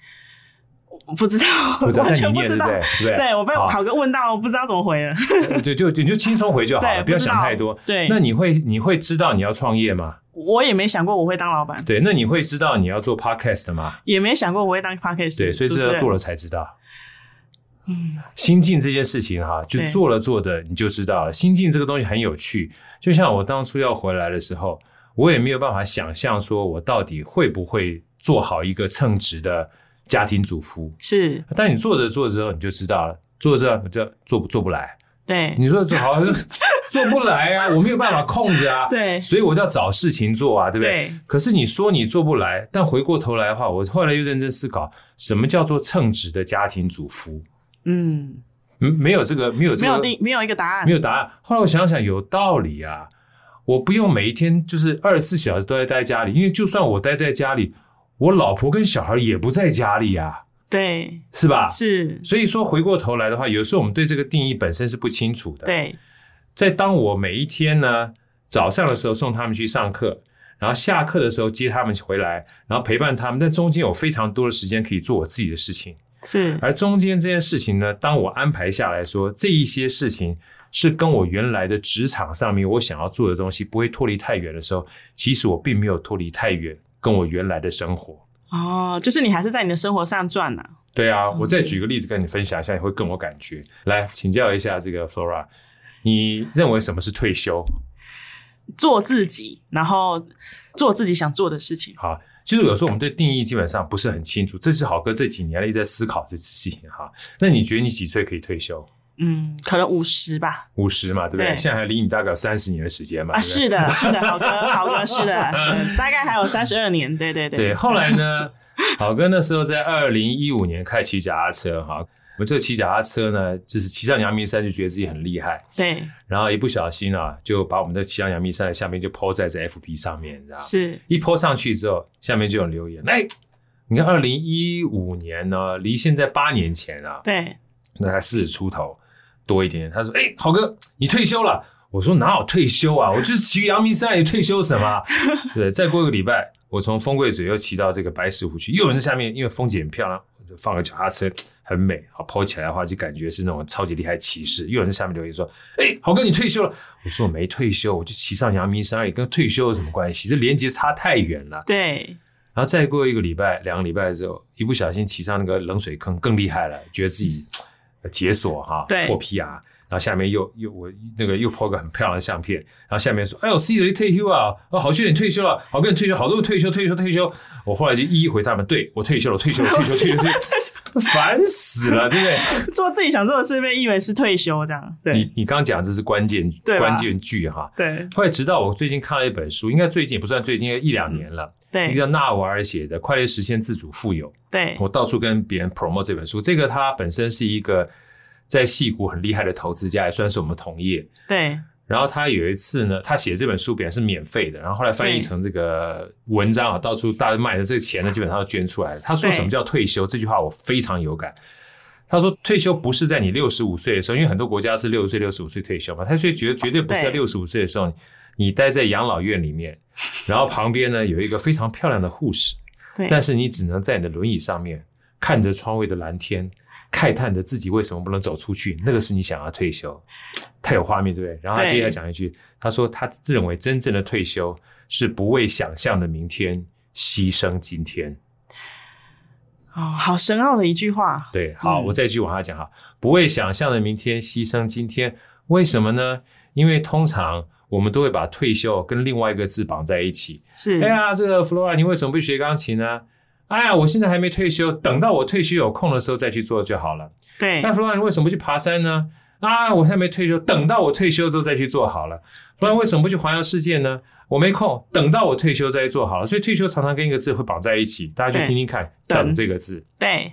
Speaker 2: 我不知道，
Speaker 3: 不知道，
Speaker 2: 完
Speaker 3: 但
Speaker 2: 全
Speaker 3: 你
Speaker 2: 不
Speaker 3: 念对
Speaker 2: 知
Speaker 3: 不
Speaker 2: 道。
Speaker 3: 对？对不对？
Speaker 2: 对我被
Speaker 3: 好
Speaker 2: 考哥问到，我不知道怎么回了。
Speaker 3: 就就你就轻松回就好了，
Speaker 2: 对，
Speaker 3: 不要
Speaker 2: 知
Speaker 3: 想
Speaker 2: 道
Speaker 3: 太多。
Speaker 2: 对，
Speaker 3: 那你会你会知道你要创业吗？
Speaker 2: 我也没想过我会当老板，
Speaker 3: 对，那你会知道你要做 podcast 吗？
Speaker 2: 也没想过我会当 podcast
Speaker 3: 对，所以
Speaker 2: 主持
Speaker 3: 这
Speaker 2: 人嗯
Speaker 3: 要做了才知道。心境这件事情哈、就
Speaker 2: 对
Speaker 3: 做了做的你就知道了。心境这个东西很有趣，就像我当初要回来的时候，我也没有办法想象说我到底会不会做好一个称职的家庭主妇。
Speaker 2: 是
Speaker 3: 但你做着做着之后你就知道了，做着做着做不做不来，
Speaker 2: 对
Speaker 3: 你说这好 像做不来啊，我没有办法控制 啊，
Speaker 2: 对
Speaker 3: 所以我就要找事情做啊，对不对？
Speaker 2: 对
Speaker 3: 可是你说你做不来，但回过头来的话，我后来又认真思考，什么叫做称职的家庭主妇？
Speaker 2: 嗯，
Speaker 3: 嗯，没有这个，没有这
Speaker 2: 没
Speaker 3: 个，
Speaker 2: 有定，没有一个答案
Speaker 3: 没，有答案。后来我想想，有道理啊，我不用每一天就是二十四小时都在待家里，因为就算我待在家里，我老婆跟小孩也不在家里啊，
Speaker 2: 对，
Speaker 3: 是吧？
Speaker 2: 是，
Speaker 3: 所以说回过头来的话，有时候我们对这个定义本身是不清楚的。
Speaker 2: 对
Speaker 3: 在当我每一天呢早上的时候送他们去上课，然后下课的时候接他们回来，然后陪伴他们，但中间有非常多的时间可以做我自己的事情。
Speaker 2: 是，
Speaker 3: 而中间这件事情呢，当我安排下来说这一些事情是跟我原来的职场上面我想要做的东西不会脱离太远的时候，其实我并没有脱离太远，跟我原来的生活。
Speaker 2: 哦，就是你还是在你的生活上转呐、
Speaker 3: 对啊，我再举个例子跟你分享一下，你会更有感觉。来请教一下这个 Flora，你认为什么是退休？
Speaker 2: 做自己，然后做自己想做的事情。
Speaker 3: 好，其实有时候我们对定义基本上不是很清楚，这是好哥这几年一直在思考这件事情哈。那你觉得你几岁可以退休？
Speaker 2: 嗯，可能五十吧。
Speaker 3: 五十嘛，对不对？
Speaker 2: 对
Speaker 3: 现在还离你大概有三十年的时间嘛，
Speaker 2: 啊，
Speaker 3: 对不对
Speaker 2: 是的，是的，好哥，好哥，是 的，嗯大概还有三十二年，对对
Speaker 3: 对，后来呢，好哥那时候在二零一五年开始骑脚踏车哈，我这个骑脚踏车呢，就是骑上阳明山就觉得自己很厉害，
Speaker 2: 对，
Speaker 3: 然后一不小心啊，就把我们的骑上阳明山的下面就抛在这 FB 上面，你知道吗？
Speaker 2: 是，
Speaker 3: 一泼上去之后，下面就有留言，哎，你看二零一五年呢，离现在八年前啊，
Speaker 2: 对，
Speaker 3: 那才四十出头多一点。他说：“哎、豪哥，你退休了？”我说：“哪有退休啊？我就是骑阳明山，也退休什么啊？”对，再过一个礼拜，我从丰贵嘴又骑到这个白石湖去，又有人在下面，因为风景很漂亮，我就放个脚踏车，很美啊，抛起来的话就感觉是那种超级厉害骑士。又有人在下面留言说：“哎、豪哥，你退休了？”我说：“我没退休，我就骑上阳明山而已，跟退休有什么关系？这连接差太远了。”
Speaker 2: 对，
Speaker 3: 然后再过一个礼拜、两个礼拜之后，一不小心骑上那个冷水坑，更厉害了，觉得自己呃解锁哈、
Speaker 2: 嗯对
Speaker 3: 破 PR，然后下面又又我那个又破个很漂亮的相片，然后下面说：“哎呦，C 你退休啊，哦，好兄弟你退休了，好哥你退休，好多人退休退休退休。”我后来就一一回他们：“对我退休了，我退休了，退休退休 退休，烦死了，对不对？”
Speaker 2: 做自己想做的事，被以为是退休这样。对
Speaker 3: 你你刚刚讲这是关键
Speaker 2: 对吧
Speaker 3: 关键句哈。
Speaker 2: 对
Speaker 3: 后来直到我最近看了一本书，应该最近也不算最近，应该一两年了，一个
Speaker 2: 对
Speaker 3: 叫纳瓦尔写的《快乐实现自主富有》。
Speaker 2: 对
Speaker 3: 我到处跟别人 promote 这本书。这个他本身是一个在戏谷很厉害的投资家，也算是我们同业。
Speaker 2: 对
Speaker 3: 然后他有一次呢，他写这本书本来是免费的，然后后来翻译
Speaker 2: 对
Speaker 3: 成这个文章啊，到处大家卖的这个钱呢，基本上都捐出来了。他说
Speaker 2: 对
Speaker 3: 什么叫退休这句话，我非常有感。他说退休不是在你六十五岁的时候，因为很多国家是六十岁、六十五岁退休嘛，他所以绝绝对不是在
Speaker 2: 对
Speaker 3: 六十五岁的时候，你待在养老院里面，然后旁边呢有一个非常漂亮的护士，
Speaker 2: 对，
Speaker 3: 但是你只能在你的轮椅上面看着窗外的蓝天，慨叹着自己为什么不能走出去。那个是你想要退休，太有画面，对不对？然后他
Speaker 2: 对
Speaker 3: 接下来讲一句，他说他自认为真正的退休是不为想象的明天牺牲今天。
Speaker 2: 哦，好深奥的一句话。
Speaker 3: 对，好，
Speaker 2: 嗯
Speaker 3: 我再继续往下讲哈，不为想象的明天牺牲今天，为什么呢？因为通常我们都会把退休跟另外一个字绑在一起，
Speaker 2: 是，
Speaker 3: 哎呀，这个 Flora，你为什么不学钢琴呢？哎呀，我现在还没退休，等到我退休有空的时候再去做就好了。
Speaker 2: 对
Speaker 3: 哎那 Flora，你为什么不去爬山呢？啊，我现在没退休，等到我退休之后再去做好了。不然为什么不去环游世界呢？我没空，等到我退休再去做好了。所以退休常常跟一个字会绑在一起，大家去
Speaker 2: 对
Speaker 3: 听听看“
Speaker 2: 等
Speaker 3: 哎等”这个字，
Speaker 2: 对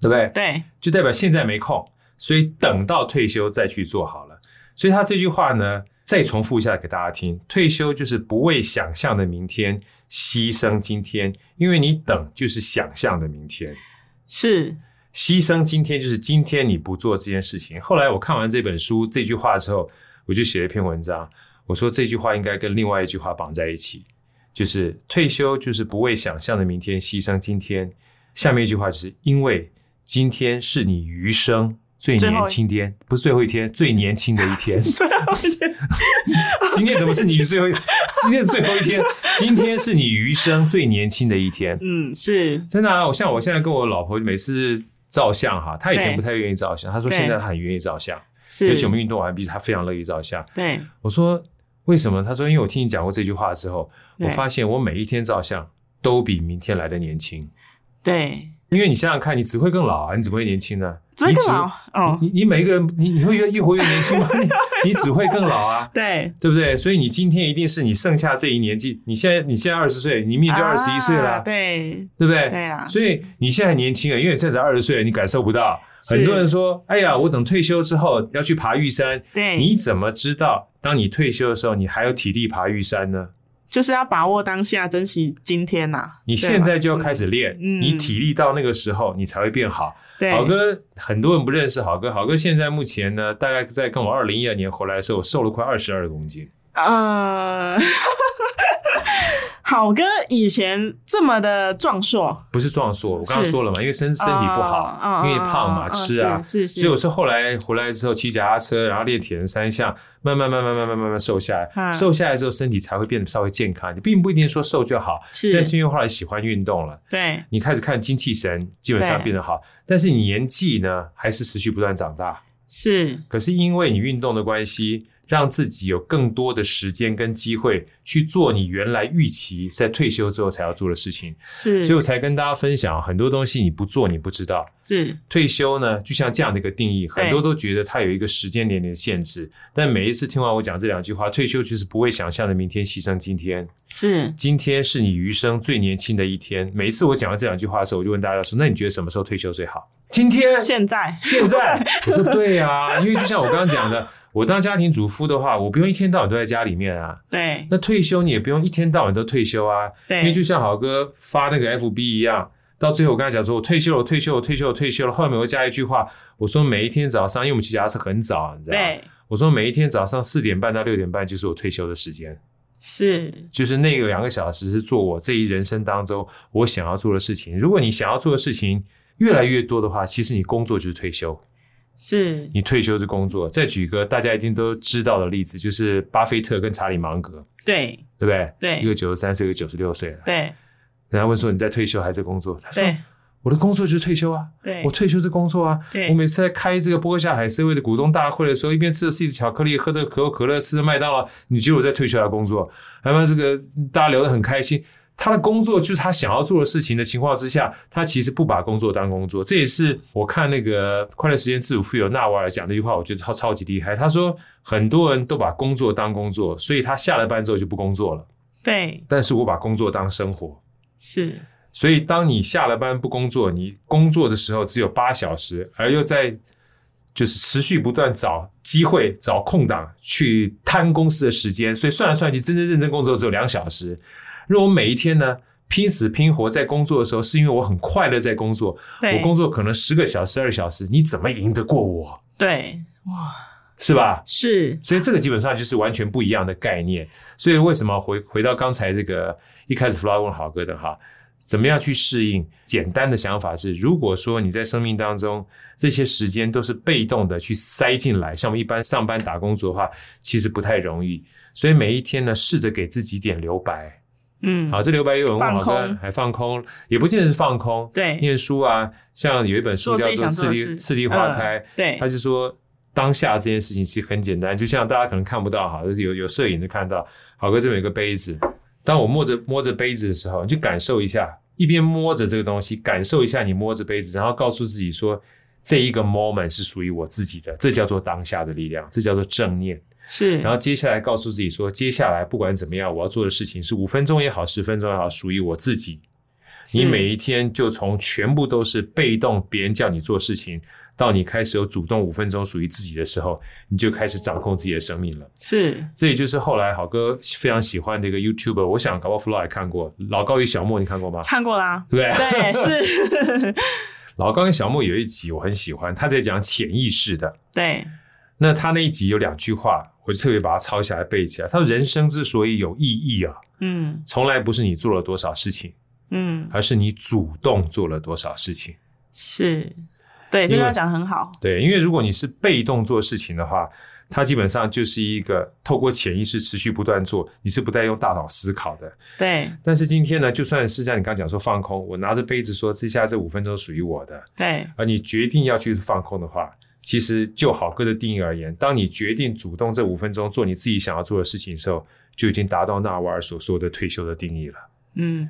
Speaker 3: 对不对？
Speaker 2: 对，
Speaker 3: 就代表现在没空，所以等到退休再去做好了。所以他这句话呢，再重复一下给大家听：退休就是不为想象的明天牺牲今天，因为你等就是想象的明天。
Speaker 2: 是，
Speaker 3: 牺牲今天就是今天你不做这件事情。后来我看完这本书这句话之后，我就写了一篇文章，我说这句话应该跟另外一句话绑在一起，就是退休就是不为想象的明天牺牲今天。下面一句话就是因为今天是你余生。 最
Speaker 2: 最后一
Speaker 3: 年轻天不是最后一天，最年轻的一天。
Speaker 2: 最后一天
Speaker 3: 今天怎么是你最后一？今天是最后一天，今天是你余生最年轻的一天。
Speaker 2: 嗯，是
Speaker 3: 真的啊，我像我现在跟我老婆每次照相哈，她以前
Speaker 2: 对
Speaker 3: 不太愿意照相，她说
Speaker 2: 对嗯
Speaker 3: 现在她很愿意照相，
Speaker 2: 是，
Speaker 3: 尤其我们运动完毕，她非常乐意照相。
Speaker 2: 对
Speaker 3: 我说为什么？她说因为我听你讲过这句话之后，
Speaker 2: 对
Speaker 3: 我发现我每一天照相都比明天来的年轻。
Speaker 2: 对，
Speaker 3: 因为你想想看，你只会更老啊，你怎么会年轻呢？
Speaker 2: 这
Speaker 3: 你
Speaker 2: 个
Speaker 3: 只
Speaker 2: 老，哦，
Speaker 3: 你你每一个人，你你会越越活越年 轻吗？你你只会更老啊。
Speaker 2: 对，
Speaker 3: 对不对？所以你今天一定是你剩下这一年纪，你现在你现在二十岁，你明年就二十一岁了、
Speaker 2: 啊对
Speaker 3: 对不对？
Speaker 2: 对啊
Speaker 3: 所以你现在很年轻啊，因为你现在才二十岁，你感受不到。
Speaker 2: 是
Speaker 3: 很多人说：“哎呀，我等退休之后要去爬玉山。”
Speaker 2: 对，
Speaker 3: 你怎么知道，当你退休的时候，你还有体力爬玉山呢？
Speaker 2: 就是要把握当下，珍惜今天呐、
Speaker 3: 你现在就要开始练，
Speaker 2: 嗯
Speaker 3: 你体力到那个时候，你才会变好。
Speaker 2: 对吧
Speaker 3: 好
Speaker 2: 嗯对
Speaker 3: 哥，很多人不认识好哥。好哥现在目前呢，大概在跟我二零一二年回来的时候，我瘦了快二十二公斤。
Speaker 2: 呃， 好哥以前这么的壮硕，
Speaker 3: 不是壮硕，我刚刚
Speaker 2: 是
Speaker 3: 说了嘛，因为身身体不好
Speaker 2: 哦，哦
Speaker 3: 因为胖嘛，
Speaker 2: 哦
Speaker 3: 吃啊，
Speaker 2: 是是是
Speaker 3: 所以我是后来回来之后骑脚踏车，然后练铁人三项，慢慢慢慢慢慢慢慢瘦下来，
Speaker 2: 嗯
Speaker 3: 瘦下来之后身体才会变得稍微健康。你并不一定说瘦就好，
Speaker 2: 是
Speaker 3: 但是因为后来喜欢运动了，
Speaker 2: 对
Speaker 3: 你开始看精气神，基本上
Speaker 2: 对
Speaker 3: 变得好，但是你年纪呢还是持续不断长大。
Speaker 2: 是
Speaker 3: 可是因为你运动的关系，让自己有更多的时间跟机会去做你原来预期在退休之后才要做的事情。
Speaker 2: 是，
Speaker 3: 所以我才跟大家分享，很多东西你不做你不知道。
Speaker 2: 是
Speaker 3: 退休呢，就像这样的一个定义，很多都觉得它有一个时间年龄的限制。但每一次听完我讲这两句话，退休就是不会想象的明天牺牲今天，
Speaker 2: 是
Speaker 3: 今天是你余生最年轻的一天。每一次我讲完这两句话的时候，我就问大家说：那你觉得什么时候退休最好？今天，
Speaker 2: 现在
Speaker 3: 现在。我说对啊，因为就像我刚刚讲的，我当家庭主妇的话，我不用一天到晚都在家里面啊。
Speaker 2: 对
Speaker 3: 那退休你也不用一天到晚都退休啊，因为
Speaker 2: 对
Speaker 3: 就像好哥发那个 FB 一样，到最后我跟他讲说，我退休了，我退休了，我退休了，我退休了。后面我又加一句话，我说每一天早上，因为我们骑脚踏车很早，你知道吗，
Speaker 2: 对
Speaker 3: 我说每一天早上四点半到六点半就是我退休的时间，
Speaker 2: 是
Speaker 3: 就是那个两个小时是做我这一人生当中我想要做的事情。如果你想要做的事情越来越多的话，其实你工作就是退休，
Speaker 2: 是
Speaker 3: 你退休是工作。再举一个大家一定都知道的例子，就是巴菲特跟查理芒格，
Speaker 2: 对
Speaker 3: 对不对？
Speaker 2: 对
Speaker 3: 一个九十三岁，一个九十六岁了。
Speaker 2: 对
Speaker 3: 人家问说你在退休还是工作？他说
Speaker 2: 对
Speaker 3: 我的工作就是退休啊，
Speaker 2: 对
Speaker 3: 我退休是工作啊。
Speaker 2: 对
Speaker 3: 我每次在开这个波下海社会的股东大会的时候，一边吃着 C 巧克力，喝着可口可乐，吃着麦当劳，你觉得我在退休还工作？还有这个大家聊得很开心。他的工作就是他想要做的事情的情况之下，他其实不把工作当工作。这也是我看那个《快乐时间自主富有》纳瓦尔讲那句话，我觉得他超级厉害。他说很多人都把工作当工作，所以他下了班之后就不工作了。
Speaker 2: 对
Speaker 3: 但是我把工作当生活，
Speaker 2: 是
Speaker 3: 所以，当你下了班不工作，你工作的时候只有八小时，而又在就是持续不断找机会、找空档去贪公司的时间，所以算来算去，真正认真工作只有两小时。如果我每一天呢拼死拼活在工作的时候，是因为我很快乐在工作，
Speaker 2: 对
Speaker 3: 我工作可能十个小时、二小时，你怎么赢得过我？
Speaker 2: 对
Speaker 3: 是吧？
Speaker 2: 是
Speaker 3: 所以这个基本上就是完全不一样的概念。所以为什么回回到刚才这个一开始弗拉问好哥的哈，怎么样去适应？简单的想法是，如果说你在生命当中这些时间都是被动的去塞进来，像我们一般上班打工族的话，其实不太容易。所以每一天呢，试着给自己一点留白。
Speaker 2: 嗯
Speaker 3: 好，这留白又有人问
Speaker 2: 放
Speaker 3: 好哥
Speaker 2: 空
Speaker 3: 还放空，也不见得是放空。
Speaker 2: 对
Speaker 3: 念书啊，像有一本书
Speaker 2: 做
Speaker 3: 叫
Speaker 2: 自己
Speaker 3: 做
Speaker 2: 想做
Speaker 3: 《次
Speaker 2: 的
Speaker 3: 第
Speaker 2: 事，
Speaker 3: 次第花
Speaker 2: 嗯
Speaker 3: 开》，
Speaker 2: 对
Speaker 3: 他就说当下这件事情其实很简单，就像大家可能看不到哈，就是有有摄影就看到，好哥这边有个杯子，当我摸着摸着杯子的时候，你就感受一下，一边摸着这个东西，感受一下你摸着杯子，然后告诉自己说。这一个 moment 是属于我自己的，这叫做当下的力量，这叫做正念。
Speaker 2: 是，
Speaker 3: 然后接下来告诉自己说，接下来不管怎么样，我要做的事情是五分钟也好，十分钟也好，属于我自己。你
Speaker 2: 是
Speaker 3: 每一天就从全部都是被动，别人叫你做事情，到你开始有主动五分钟属于自己的时候，你就开始掌控自己的生命了。
Speaker 2: 是
Speaker 3: 这也就是后来好哥非常喜欢的一个 YouTuber，我想搞不好 Flo 也看过，老高与小莫你看过吗？
Speaker 2: 看过啦，
Speaker 3: 对不
Speaker 2: 对，
Speaker 3: 对？
Speaker 2: 是，
Speaker 3: 老高跟小莫有一集我很喜欢，他在讲潜意识的。
Speaker 2: 对，
Speaker 3: 那他那一集有两句话，我就特别把它抄起来背起来。他说：“人生之所以有意义啊，
Speaker 2: 嗯
Speaker 3: 从来不是你做了多少事情，
Speaker 2: 嗯，
Speaker 3: 而是你主动做了多少事情。
Speaker 2: 是，对，这
Speaker 3: 因为
Speaker 2: 句话讲得很好，”
Speaker 3: 对，因为如果你是被动做事情的话，它基本上就是一个透过潜意识持续不断做，你是不带用大脑思考的。
Speaker 2: 对
Speaker 3: 但是今天呢，就算是像你刚讲说放空，我拿着杯子说这下这五分钟属于我的，
Speaker 2: 对
Speaker 3: 而你决定要去放空的话，其实就好哥的定义而言，当你决定主动这五分钟做你自己想要做的事情的时候，就已经达到纳瓦尔所说的退休的定义了。
Speaker 2: 嗯，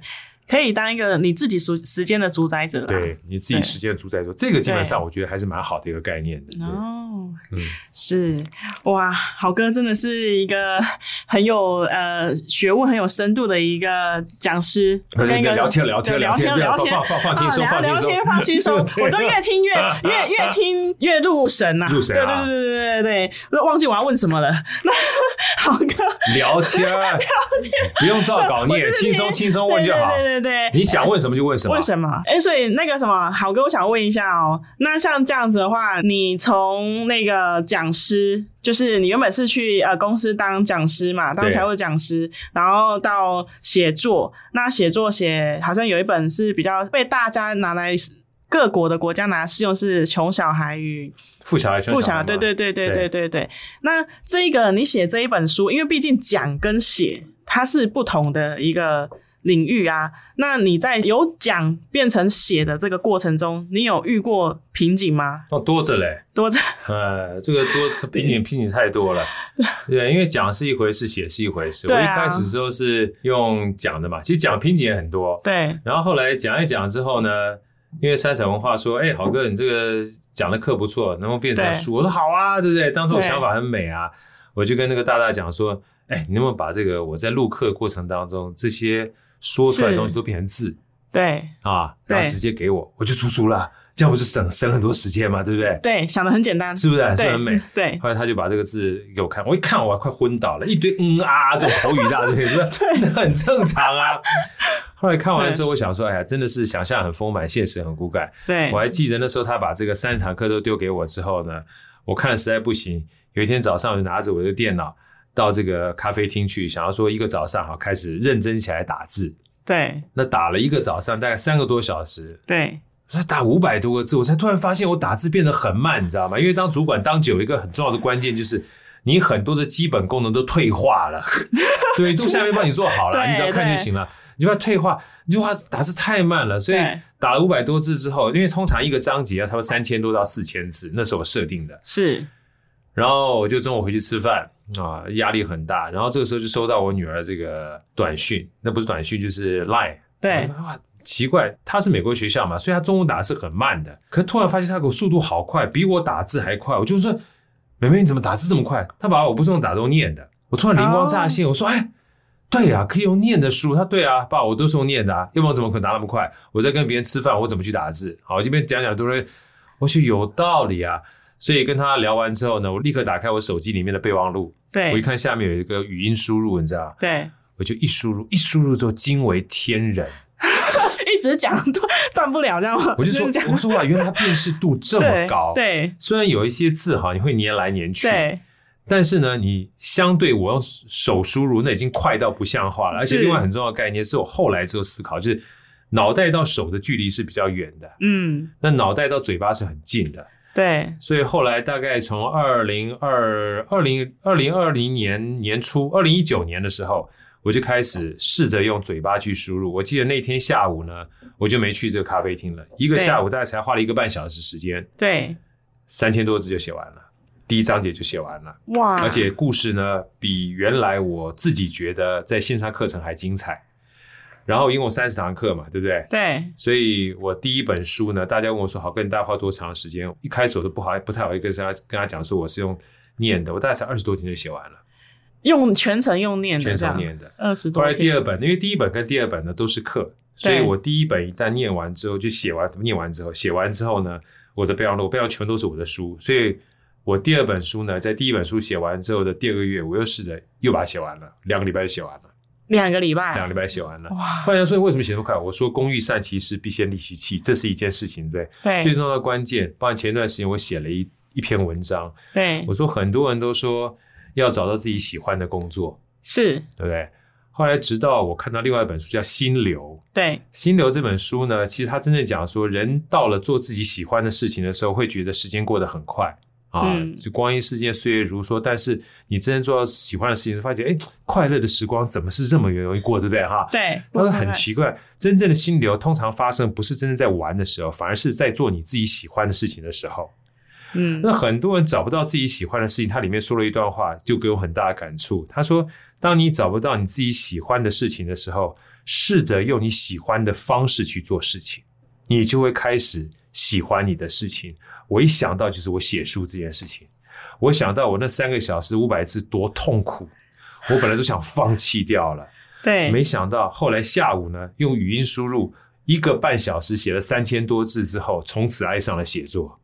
Speaker 2: 可以当一个你自己时时间的主宰者啦。
Speaker 3: 对你自己
Speaker 2: 对
Speaker 3: 时间的主宰说，这个基本上
Speaker 2: 对
Speaker 3: 我觉得还是蛮好的一个概念的。对
Speaker 2: 哦，
Speaker 3: 嗯
Speaker 2: 是哇，好哥真的是一个很有呃学问、很有深度的一个讲师。
Speaker 3: 而且
Speaker 2: 跟一个
Speaker 3: 聊天聊
Speaker 2: 对
Speaker 3: 天
Speaker 2: 聊
Speaker 3: 天
Speaker 2: 天
Speaker 3: 不要
Speaker 2: 聊
Speaker 3: 放
Speaker 2: 天
Speaker 3: 放放放轻松
Speaker 2: 啊
Speaker 3: 放轻
Speaker 2: 聊
Speaker 3: 松
Speaker 2: 天放轻松，
Speaker 3: 对啊
Speaker 2: 我都越听越越越听越入神呐、
Speaker 3: 入神啊
Speaker 2: 对对对对对对，忘记我要问什么了。 那好哥，
Speaker 3: 聊天聊天，不用照稿
Speaker 2: 我
Speaker 3: 念
Speaker 2: 真，的
Speaker 3: 轻松轻松问就好。
Speaker 2: 对对对对对
Speaker 3: 你想问什么就问什么
Speaker 2: 为。什么？哎、所以那个什么，好哥，我想问一下哦，那像这样子的话，你从那个讲师，就是你原本是去呃公司当讲师嘛，当
Speaker 3: 对
Speaker 2: 财务讲师，然后到写作，那写作写好像有一本是比较被大家拿来。各国的国家拿来适用是《穷小孩与
Speaker 3: 富小孩，
Speaker 2: 富小
Speaker 3: 小
Speaker 2: 孩
Speaker 3: 孩，》，
Speaker 2: 对对对对对
Speaker 3: 对
Speaker 2: 对对。那这个你写这一本书，因为毕竟讲跟写它是不同的一个领域啊。那你在由讲变成写的这个过程中，你有遇过瓶颈吗？
Speaker 3: 哦，多着嘞。
Speaker 2: 多着
Speaker 3: 呃，这个多这瓶颈瓶颈太多 了，对，因为讲是一回事，写是一回事。
Speaker 2: 对
Speaker 3: 我一
Speaker 2: 啊，
Speaker 3: 开始时候是用讲的嘛，其实讲瓶颈也很多
Speaker 2: 对
Speaker 3: 然后后来讲一讲之后呢，因为三彩文化说，哎、好哥，你这个讲的课不错，能不能变成
Speaker 2: 对
Speaker 3: 书？我说好啊，对不对？当时我
Speaker 2: 对
Speaker 3: 想法很美啊，我就跟那个大大讲说，哎、你能不能把这个我在录课过程当中这些说出来的东西
Speaker 2: 是
Speaker 3: 都变成字
Speaker 2: 对
Speaker 3: 啊，然
Speaker 2: 对
Speaker 3: 后直接给我，我就出书了，这样不是省省很多时间嘛，对不对？
Speaker 2: 对，想的很简单，
Speaker 3: 是啊不是？是不是很美？
Speaker 2: 对
Speaker 3: 后来他就把这个字给我看，我一看我还快昏倒了，一堆嗯啊这种口语大队，这这很正常啊。后来看完了之后，我想说，哎呀，真的是想象很丰满，现实很骨感。
Speaker 2: 对
Speaker 3: 我还记得那时候他把这个三堂课都丢给我之后呢，我看了实在不行，有一天早上我就拿着我的电脑到这个咖啡厅去，想要说一个早上好开始认真起来打字。
Speaker 2: 对
Speaker 3: 那打了一个早上，大概三个多小时，
Speaker 2: 对
Speaker 3: 我才打五百多个字，我才突然发现我打字变得很慢，你知道吗？因为当主管当久，一个很重要的关键就是你很多的基本功能都退化了， 对，都下面帮你做好了，
Speaker 2: 对
Speaker 3: 你只要看就行了。你就怕退化，你就怕打字太慢了，所以
Speaker 2: 对
Speaker 3: 打了五百多字之后，因为通常一个章节要差不多三千多到四千字，那是我设定的。
Speaker 2: 是，
Speaker 3: 然后我就中午回去吃饭啊，压力很大。然后这个时候就收到我女儿这个短讯，那不是短讯就是 Line，
Speaker 2: 对
Speaker 3: 我说哇，奇怪，他是美国学校嘛，所以他中文打是很慢的。可突然发现他给我速度好快，比我打字还快。我就说，妹妹你怎么打字这么快？他把我不是用打都用念的。我突然灵光乍现，我说哎。对呀、可以用念的书，他对啊，爸，我都是用念的啊，要不然我怎么可能打那么快？我在跟别人吃饭，我怎么去打字？好，这边讲讲都是，我去有道理啊。所以跟他聊完之后呢，我立刻打开我手机里面的备忘录，我
Speaker 2: 对
Speaker 3: 一看下面有一个语音输入，你知道，
Speaker 2: 对，
Speaker 3: 我就一输入，一输入之后惊为天人。
Speaker 2: 一直讲断断不了这样吗？
Speaker 3: 我就说
Speaker 2: 是这，样
Speaker 3: 我说哇，原来它辨识度这么
Speaker 2: 对
Speaker 3: 高。，
Speaker 2: 对
Speaker 3: 虽然有一些字哈，你会粘来粘去，
Speaker 2: 对
Speaker 3: 但是呢，你相对我用手输入，那已经快到不像话了。而且
Speaker 2: 是
Speaker 3: 另外很重要的概念是我后来之后思考，就是脑袋到手的距离是比较远的，
Speaker 2: 嗯
Speaker 3: 那脑袋到嘴巴是很近的。
Speaker 2: 对
Speaker 3: 所以后来大概从二零二二零二零二零年年初，二零一九年的时候，我就开始试着用嘴巴去输入。我记得那天下午呢，我就没去这个咖啡厅了，一个
Speaker 2: 对
Speaker 3: 下午大概才花了一个半小时时间，
Speaker 2: 对
Speaker 3: 三千多字就写完了，第一章节就写完了，
Speaker 2: 哇，
Speaker 3: 而且故事呢比原来我自己觉得在线上课程还精彩。然后因为我三十堂课嘛，对不对？
Speaker 2: 对，
Speaker 3: 所以我第一本书呢，大家问我说好，跟大家花多长时间？一开始我都不好不太好意思跟他跟他讲说我是用念的，我大概才二十多天就写完了，
Speaker 2: 用全程用念的
Speaker 3: 全
Speaker 2: 嗯这
Speaker 3: 程
Speaker 2: 样，
Speaker 3: 念的。
Speaker 2: 二十
Speaker 3: 后
Speaker 2: 多
Speaker 3: 来第
Speaker 2: 天，
Speaker 3: 二本，因为第一本跟第二本呢都是课，所以我第一本一旦念完之后就写完，念完之后写完之后呢，我的备忘录备忘录全都是我的书，所以我第二本书呢，在第一本书写完之后的第二个月，我又试着又把它写完了，两个礼拜就写完了，
Speaker 2: 两个礼
Speaker 3: 两个
Speaker 2: 拜，
Speaker 3: 礼拜写完了。
Speaker 2: 哇，
Speaker 3: 突然说为什么写那么快？我说工欲善其事，必先利其器，这是一件事情，对不对。最
Speaker 2: 对
Speaker 3: 重要的关键，包含前段时间我写了一一篇文章，
Speaker 2: 对
Speaker 3: 我说很多人都说要找到自己喜欢的工作，
Speaker 2: 是，
Speaker 3: 对不对？后来直到我看到另外一本书叫《心流》，
Speaker 2: 对
Speaker 3: 《心流》这本书呢，其实它真正讲说，人到了做自己喜欢的事情的时候，会觉得时间过得很快啊，
Speaker 2: 嗯
Speaker 3: 就光阴似箭，岁月如梭。但是你真正做到喜欢的事情时，发觉哎，快乐的时光怎么是这么容易过，对不对哈？
Speaker 2: 对，
Speaker 3: 他说很奇怪，真正的心流通常发生不是真正在玩的时候，反而是在做你自己喜欢的事情的时候。
Speaker 2: 嗯，
Speaker 3: 那很多人找不到自己喜欢的事情，他里面说了一段话，就给我很大的感触。他说：“当你找不到你自己喜欢的事情的时候，试着用你喜欢的方式去做事情，你就会开始喜欢你的事情。”我一想到就是我写书这件事情，我想到我那三个小时五百字多痛苦，我本来都想放弃掉了。
Speaker 2: 对，
Speaker 3: 没想到后来下午呢，用语音输入一个半小时写了三千多字之后，从此爱上了写作。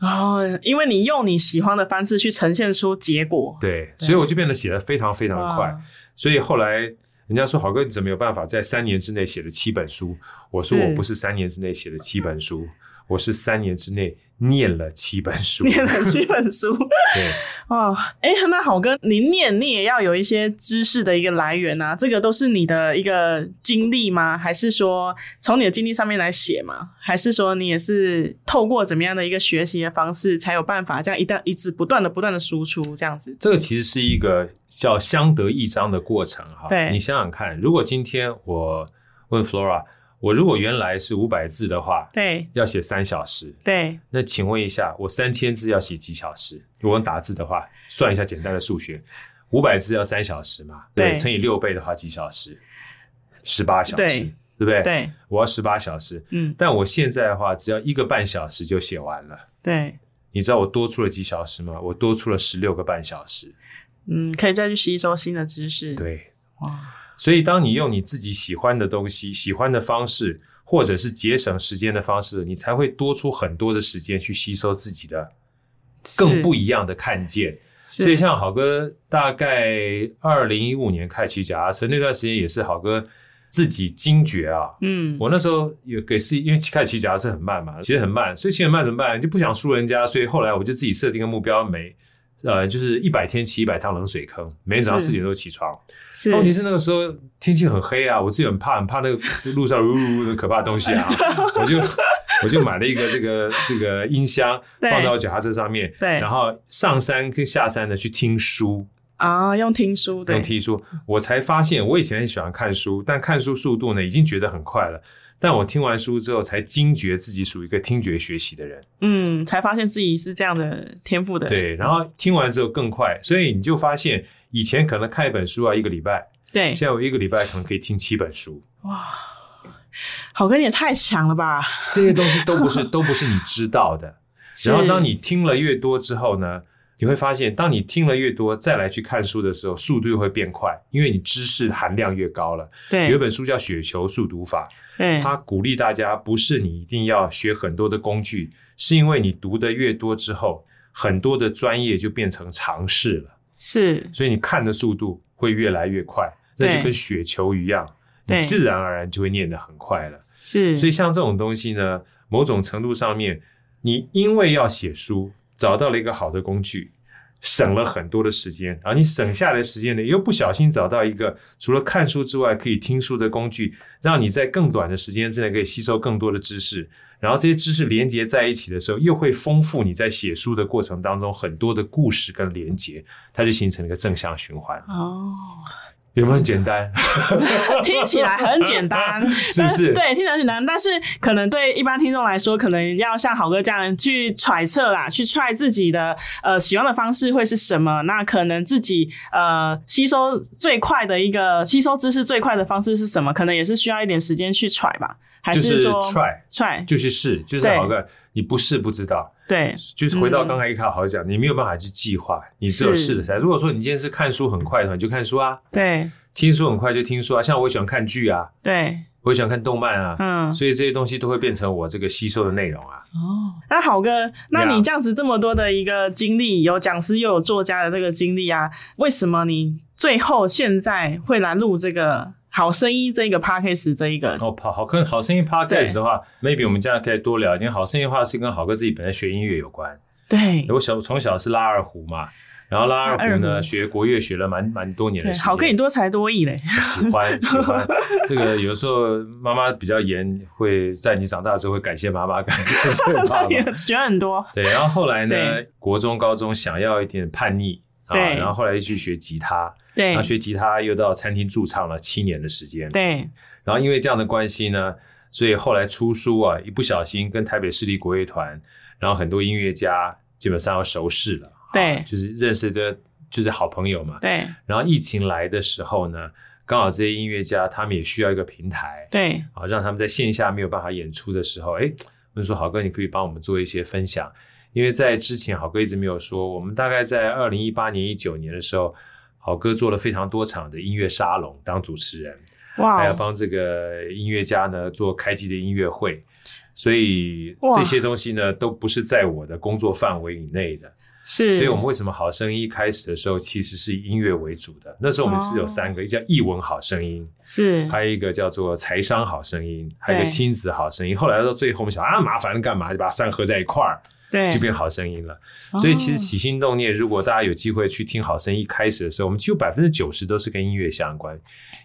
Speaker 2: 哦，因为你用你喜欢的方式去呈现出结果，
Speaker 3: 对，
Speaker 2: 对
Speaker 3: 所以我就变得写得非常非常快
Speaker 2: 哇。
Speaker 3: 所以后来人家说好哥，你怎么有办法在三年之内写了七本书？我说
Speaker 2: 是
Speaker 3: 我不是三年之内写了七本书，我是三年之内念了七本 书。
Speaker 2: 念了七本书，
Speaker 3: 对，
Speaker 2: 哦，哎，那好哥，你念你也要有一些知识的一个来源啊，这个都是你的一个经历吗？还是说从你的经历上面来写吗？还是说你也是透过怎么样的一个学习的方式，才有办法这样一旦一直不断的不断的输出这样子？
Speaker 3: 这个其实是一个叫相得益彰的过程哈。
Speaker 2: 对
Speaker 3: 你想想看，如果今天我问 Flora，我如果原来是五百字的话，
Speaker 2: 对
Speaker 3: 要写三小时，
Speaker 2: 对，
Speaker 3: 那请问一下，我三千字要写几小时？如果打字的话，算一下简单的数学，五百字要三小时嘛，对不对，
Speaker 2: 对
Speaker 3: 乘以六倍的话几小时？十八小时，
Speaker 2: 对
Speaker 3: 对不对？，
Speaker 2: 对，
Speaker 3: 我要十八小时。
Speaker 2: 嗯，
Speaker 3: 但我现在的话，只要一个半小时就写完了。
Speaker 2: 对，
Speaker 3: 你知道我多出了几小时吗？我多出了十六个半小时。
Speaker 2: 嗯，可以再去吸收新的知识。，
Speaker 3: 对，
Speaker 2: 哇，
Speaker 3: 所以当你用你自己喜欢的东西、喜欢的方式，或者是节省时间的方式，你才会多出很多的时间去吸收自己的更
Speaker 2: 是
Speaker 3: 不一样的看见。
Speaker 2: 是
Speaker 3: 所以像好哥大概二零一五年开骑脚踏车那段时间，也是好哥自己惊觉啊。
Speaker 2: 嗯，
Speaker 3: 我那时候有给是因为开始骑脚踏车很慢嘛，其实很慢，所以骑很慢怎么办？就不想输人家，所以后来我就自己设定个目标，每呃就是一百天骑一百趟冷水坑，每天早上
Speaker 2: 是
Speaker 3: 四点多起床。
Speaker 2: 是
Speaker 3: 问题是那个时候天气很黑啊，我自己很怕，很怕那个路上呜呜呜的可怕的东西 啊，我就我就买了一个这个这个音箱
Speaker 2: 对
Speaker 3: 放到脚踏车上面，
Speaker 2: 对
Speaker 3: 然后上山跟下山呢去听书，
Speaker 2: 啊，用听书的
Speaker 3: 用，听书，我才发现我以前很喜欢看书，但看书速度呢已经觉得很快了，但我听完书之后才惊觉自己属于一个听觉学习的人，
Speaker 2: 嗯，才发现自己是这样的天赋的。
Speaker 3: 对，然后听完之后更快，所以你就发现以前可能看一本书啊一个礼拜，
Speaker 2: 对，
Speaker 3: 现在我一个礼拜可能可以听七本书。
Speaker 2: 哇，好哥你也太强了吧！
Speaker 3: 这些东西都不是都不是你知道的。
Speaker 2: 是
Speaker 3: 然后当你听了越多之后呢，你会发现，当你听了越多，再来去看书的时候，速度会变快，因为你知识含量越高了。
Speaker 2: 对
Speaker 3: 有一本书叫《雪球速读法》，
Speaker 2: 对
Speaker 3: 它鼓励大家，不是你一定要学很多的工具，是因为你读的越多之后，很多的专业就变成常识了，
Speaker 2: 是
Speaker 3: 所以你看的速度会越来越快，那就
Speaker 2: 对
Speaker 3: 跟雪球一样，
Speaker 2: 对
Speaker 3: 你自然而然就会念得很快了。
Speaker 2: 是，
Speaker 3: 所以像这种东西呢，某种程度上面，你因为要写书，找到了一个好的工具，省了很多的时间，然后你省下来的时间呢，又不小心找到一个除了看书之外可以听书的工具，让你在更短的时间之内可以吸收更多的知识。然后这些知识连接在一起的时候，又会丰富你在写书的过程当中很多的故事跟连接，它就形成了一个正向循环。
Speaker 2: 哦，
Speaker 3: 有没有很 简单？
Speaker 2: 听起来很简单，
Speaker 3: 是不是
Speaker 2: 但对，听起来很简单，但是可能对一般听众来说，可能要像好哥这样去揣测啦，去揣自己的呃喜欢的方式会是什么。那可能自己呃吸收最快的一个吸收知识最快的方式是什么？可能也是需要一点时间去揣吧，还
Speaker 3: 就是
Speaker 2: 说
Speaker 3: 踹
Speaker 2: 揣
Speaker 3: 就去试，就是
Speaker 2: 对
Speaker 3: 好个你不试不知道。
Speaker 2: 对
Speaker 3: 就是回到刚才一开始好讲，你没有办法去计划，你只有
Speaker 2: 嗯是
Speaker 3: 试了才。如果说你今天是看书很快的话，你就看书啊；
Speaker 2: 对
Speaker 3: 听书很快就听书啊。像我也喜欢看剧啊，
Speaker 2: 对，
Speaker 3: 我也喜欢看动漫啊，
Speaker 2: 嗯，
Speaker 3: 所以这些东西都会变成我这个吸收的内容啊。
Speaker 2: 哦，那好哥，那
Speaker 3: Yeah
Speaker 2: 你这样子这么多的一个经历，有讲师又有作家的这个经历啊，为什么你最后现在会来录这个好声音这一个 podcast 这一个？
Speaker 3: 哦，好好跟好声音 podcast 的话，maybe 我们将来可以多聊一点。好声音的话是跟好哥自己本身学音乐有关。
Speaker 2: 对，
Speaker 3: 我小从小是拉二胡嘛，然后拉二
Speaker 2: 嗯
Speaker 3: 胡
Speaker 2: 拉二
Speaker 3: 呢
Speaker 2: 胡
Speaker 3: 学国乐学了蛮蛮多年的
Speaker 2: 对，
Speaker 3: 时间。
Speaker 2: 好哥你多才多艺嘞，
Speaker 3: 喜欢喜欢这个，有时候妈妈比较严，会在你长大之后会感谢妈妈，感谢爸 爸。
Speaker 2: 也学很多。
Speaker 3: 对，然后后来呢
Speaker 2: 对，
Speaker 3: 国中、高中想要一点叛逆啊，
Speaker 2: 对
Speaker 3: 然后后来又去学吉他，
Speaker 2: 对
Speaker 3: 然后学吉他又到餐厅驻唱了七年的时间。
Speaker 2: 对，
Speaker 3: 然后因为这样的关系呢，所以后来出书啊，一不小心跟台北市立国乐团，然后很多音乐家基本上要熟识了，啊
Speaker 2: 对
Speaker 3: 就是认识的，就是好朋友嘛。
Speaker 2: 对
Speaker 3: 然后疫情来的时候呢，刚好这些音乐家他们也需要一个平台
Speaker 2: 对
Speaker 3: 啊，让他们在线下没有办法演出的时候，哎，我就说好哥，你可以帮我们做一些分享，因为在之前好哥一直没有说，我们大概在二零一八年、一九年的时候，好哥做了非常多场的音乐沙龙当主持人，还
Speaker 2: 哇
Speaker 3: 要
Speaker 2: 哦，
Speaker 3: 帮这个音乐家呢做开机的音乐会。所以
Speaker 2: 哇
Speaker 3: 这些东西呢，都不是在我的工作范围以内的。
Speaker 2: 是，
Speaker 3: 所以我们为什么好声音一开始的时候其实是以音乐为主的？那时候我们是有三个，一个叫艺文好声音，
Speaker 2: 是
Speaker 3: 还有一个叫做财商好声音，还有一
Speaker 2: 嗯
Speaker 3: 个
Speaker 2: 对
Speaker 3: 亲子好声音。后来到最后，我们想啊，麻烦了干嘛？就把它三合在一块儿，
Speaker 2: 对，
Speaker 3: 就变好声音了。所以其实
Speaker 2: 哦
Speaker 3: 起心动念，如果大家有机会去听好声音一开始的时候，我们几乎百分之九十都是跟音乐相关，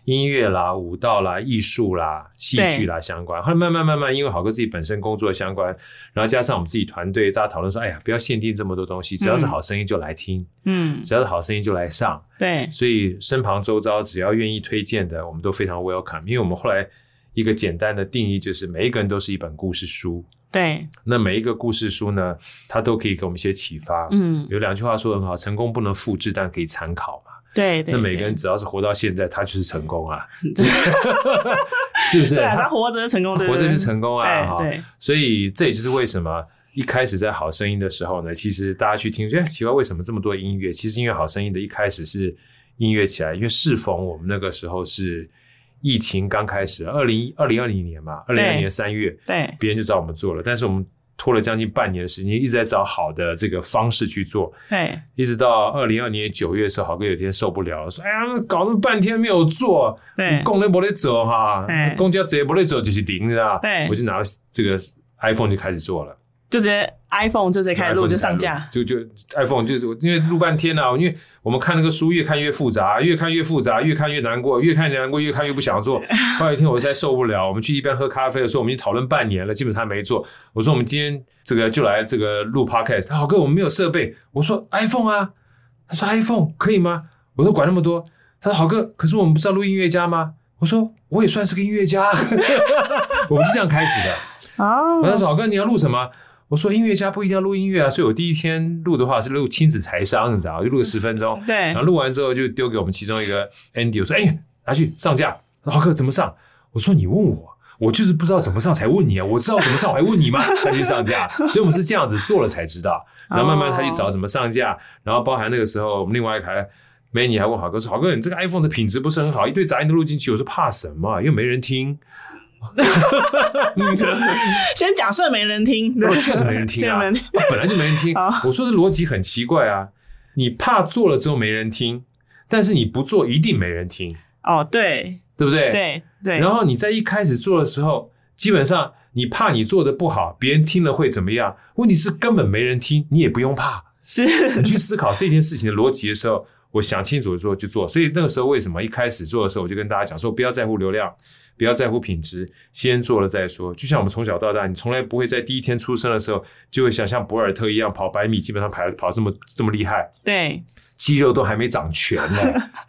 Speaker 3: 音乐啦、舞蹈啦、艺术啦、戏剧啦相关。后来慢慢慢慢，因为好哥自己本身工作相关，然后加上我们自己团队，大家讨论说，哎呀，不要限定这么多东西，只要是好声音就来听，
Speaker 2: 嗯，
Speaker 3: 只要是好声音就来上。
Speaker 2: 对
Speaker 3: 所以身旁周遭只要愿意推荐的，我们都非常 welcome，因为我们后来一个简单的定义就是，每一个人都是一本故事书。
Speaker 2: 对，
Speaker 3: 那每一个故事书呢，它都可以给我们一些启发。
Speaker 2: 嗯，
Speaker 3: 有两句话说得很好，成功不能复制，但可以参考嘛。
Speaker 2: 对对，
Speaker 3: 那每个
Speaker 2: 对
Speaker 3: 人只要是活到现在，他就是成功 啊，是不是？
Speaker 2: 对啊，他
Speaker 3: 他
Speaker 2: 活着就成功，对
Speaker 3: 活着
Speaker 2: 对
Speaker 3: 就
Speaker 2: 对
Speaker 3: 成功啊！哈
Speaker 2: 对，对
Speaker 3: 所以这也就是为什么一开始在《好声音》的时候呢，其实大家去听，哎，奇怪，为什么这么多音乐？其实因为《好声音》的一开始是音乐起来，因为适逢我们那个时候是疫情刚开始，二零二零二零年嘛，二零二零年三月，
Speaker 2: 对
Speaker 3: 别人就找我们做了，但是我们拖了将近半年的时间，一直在找好的这个方式去做。
Speaker 2: 对
Speaker 3: 一直到二零二年九月的时候，好哥有一天受不了了，说：“哎呀，搞那么半天没有做，
Speaker 2: 对
Speaker 3: 公交不得走哈
Speaker 2: 哎，
Speaker 3: 公交直接不得走就是零的啊。”
Speaker 2: 对
Speaker 3: 我就拿了这个 iPhone 就开始做了，
Speaker 2: 就直接 iPhone 就直接开始录
Speaker 3: iPhone
Speaker 2: 就上架，
Speaker 3: 就就 iPhone 就是我因为录半天啊，因为我们看那个书越看越复杂，越看越复杂，越看越难过，越看越难过，越看越不想做。后来一天我实在受不了，我们去一边喝咖啡的时候，我们已经讨论半年了，基本上没做。我说我们今天这个就来这个录 podcast，他说好哥我们没有设备，我说 iPhone 啊，他说 iPhone 可以吗？我说管那么多，他说好哥，可是我们不是要录音乐家吗？我说我也算是个音乐家， 我们是这样开始的。
Speaker 2: 哦
Speaker 3: 我他说：“老哥，你要录什么？”我说：“音乐家不一定要录音乐啊。”所以我第一天录的话是录亲子财商，你知道吗，就录了十分钟。
Speaker 2: 嗯对
Speaker 3: 然后录完之后就丢给我们其中一个 Andy，我说：“哎，拿去上架。”老哥怎么上？我说：“你问我，我就是不知道怎么上才问你啊。我知道怎么上，我还问你 吗？”他去上架。所以我们是这样子做了才知道。然后慢慢他去找怎么上架，然后包含那个时候我们另外一台。Many 还问好哥说：“好哥，你这个 iPhone 的品质不是很好，一堆杂音都录进去。”我说：“怕什么？又没人听。”
Speaker 2: 先假设没人听，
Speaker 3: 我确实没人 听啊，
Speaker 2: 没人听
Speaker 3: 啊本来就没人听
Speaker 2: 好。
Speaker 3: 我说这逻辑很奇怪啊，你怕做了之后没人听，但是你不做一定没人听，
Speaker 2: 哦，对
Speaker 3: 对不对？。
Speaker 2: 对对，
Speaker 3: 然后你在一开始做的时候，基本上你怕你做的不好，别人听了会怎么样？问题是根本没人听，你也不用怕。
Speaker 2: 是
Speaker 3: 你去思考这件事情的逻辑的时候，我想清楚之后就做。所以那个时候为什么一开始做的时候，我就跟大家讲说，不要在乎流量，不要在乎品质，先做了再说。就像我们从小到大，你从来不会在第一天出生的时候就会想像博尔特一样跑百米，基本上跑跑这么这么厉害，
Speaker 2: 对
Speaker 3: 肌肉都还没长全呢，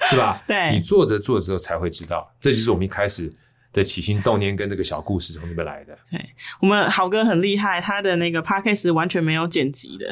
Speaker 3: 是吧？
Speaker 2: 对
Speaker 3: 你做着做着之后才会知道，这就是我们一开始的起心动念跟这个小故事从这边来的。
Speaker 2: 对，我们豪哥很厉害，他的那个 podcast 完全没有剪辑 的，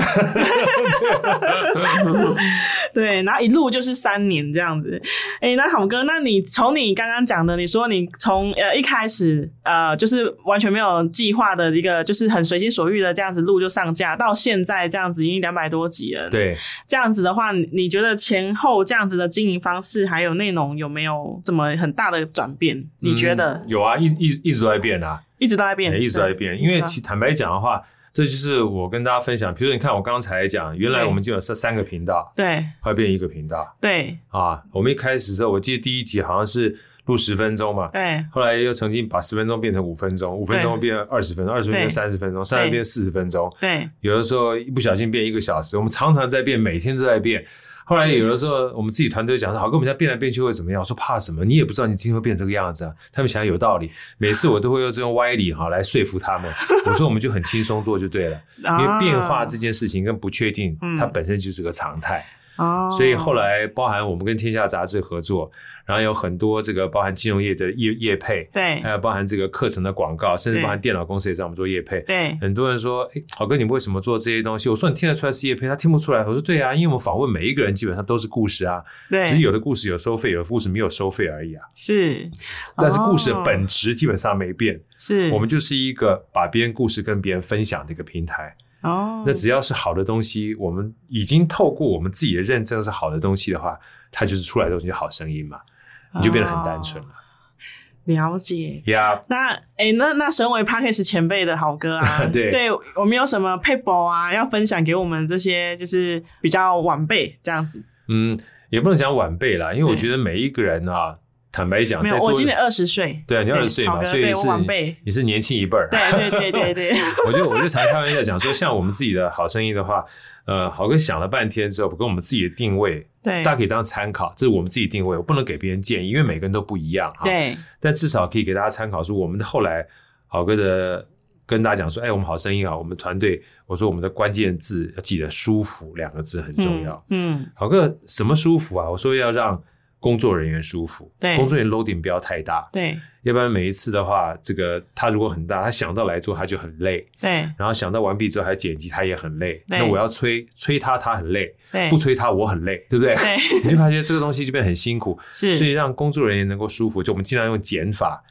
Speaker 2: 对，然后一路就是三年这样子。哎，那好哥，那你从你刚刚讲的，你说你从呃一开始呃就是完全没有计划的一个，就是很随心所欲的这样子录就上架，到现在这样子已经两百多集了。，
Speaker 3: 对，
Speaker 2: 这样子的话，你你觉得前后这样子的经营方式还有内容有没有怎么很大的转变？你觉得
Speaker 3: 嗯有啊，一一直一直都在变啊，
Speaker 2: 一直都在变，
Speaker 3: 一直都在
Speaker 2: 对
Speaker 3: 变。因为其坦白讲的话，这就是我跟大家分享。比如说，你看我刚才讲，原来
Speaker 2: 对
Speaker 3: 我们就有三三个频道，
Speaker 2: 对
Speaker 3: 后来变一个频道
Speaker 2: 对
Speaker 3: 啊。我们一开始的时候，我记得第一集好像是录十分钟嘛，
Speaker 2: 对
Speaker 3: 后来又曾经把十分钟变成五分钟，五分钟变二十分钟，二十分钟变三十分钟，三十变四十分钟，
Speaker 2: 对
Speaker 3: 有的时候一不小心变一个小时，我们常常在变，每天都在变。后来有的时候我们自己团队讲说，好，跟我们家变来变去会怎么样？我说怕什么？你也不知道你今天会变这个样子啊。他们想有道理，每次我都会用这种歪理哈来说服 他们。我说我们就很轻松做就对了，
Speaker 2: 啊
Speaker 3: 因为变化这件事情跟不确定
Speaker 2: 嗯，
Speaker 3: 它本身就是个常态。
Speaker 2: 哦，
Speaker 3: 所以后来包含我们跟天下杂志合作，然后有很多这个包含金融业的业业配，
Speaker 2: 对
Speaker 3: 还有包含这个课程的广告，甚至
Speaker 2: 对
Speaker 3: 包含电脑公司也找我们做业配。
Speaker 2: 对
Speaker 3: 很多人说：“哎，好哥，你为什么做这些东西？”我说：“你听得出来是业配，他听不出来。”我说：“对啊，因为我们访问每一个人基本上都是故事啊，
Speaker 2: 对
Speaker 3: 只是有的故事有收费，有的故事没有收费而已啊。
Speaker 2: 是，
Speaker 3: 但是故事的
Speaker 2: 哦
Speaker 3: 本质基本上没变，
Speaker 2: 是
Speaker 3: 我们就是一个把别人故事跟别人分享的一个平台。
Speaker 2: 哦，
Speaker 3: 那只要是好的东西，我们已经透过我们自己的认证是好的东西的话，它就是出来的东西就好声音嘛，你就变得很单纯了
Speaker 2: 哦了解。
Speaker 3: 呀。，
Speaker 2: 那诶，那那身为 p a c k a g e 前辈的好哥啊
Speaker 3: 对
Speaker 2: 我们有什么 p a p e 啊要分享给我们这些就是比较晚辈这样子？
Speaker 3: 嗯，也不能讲晚辈啦，因为我
Speaker 2: 对
Speaker 3: 觉得每一个人啊，坦白讲，
Speaker 2: 没
Speaker 3: 在
Speaker 2: 有，
Speaker 3: 做
Speaker 2: 我今年二十岁，
Speaker 3: 对啊，你
Speaker 2: 对
Speaker 3: 二十岁
Speaker 2: 好
Speaker 3: 嘛，
Speaker 2: 哥
Speaker 3: 所以
Speaker 2: 对
Speaker 3: 是
Speaker 2: 我晚辈
Speaker 3: 你是年轻一辈儿。
Speaker 2: 对对对对 对，
Speaker 3: 我觉得我就常开玩笑讲说，像我们自己的好生意的话，呃，好哥想了半天之后，跟我们自己的定位，
Speaker 2: 对
Speaker 3: 大家可以当参考，这是我们自己定位，我不能给别人建议，因为每个人都不一样哈。
Speaker 2: 对
Speaker 3: 但至少可以给大家参考，说我们的后来好哥的跟大家讲说，哎，我们好声音啊，我们团队，我说我们的关键字要记得舒服两个字很重要。
Speaker 2: 嗯，嗯
Speaker 3: 好哥什么舒服啊？我说要让工作人员舒服，
Speaker 2: 对
Speaker 3: 工作人员 loading 不要太大，
Speaker 2: 对
Speaker 3: 要不然每一次的话，这个他如果很大，他想到来做他就很累，
Speaker 2: 对
Speaker 3: 然后想到完毕之后还剪辑，他也很累。
Speaker 2: 对
Speaker 3: 那我要催催他，他很累；
Speaker 2: 对，
Speaker 3: 不催他，我很累，对不对？
Speaker 2: 对
Speaker 3: 你就发现这个东西就变得很辛苦。所以
Speaker 2: 是，
Speaker 3: 让工作人员能够舒服，就我们尽量用减法。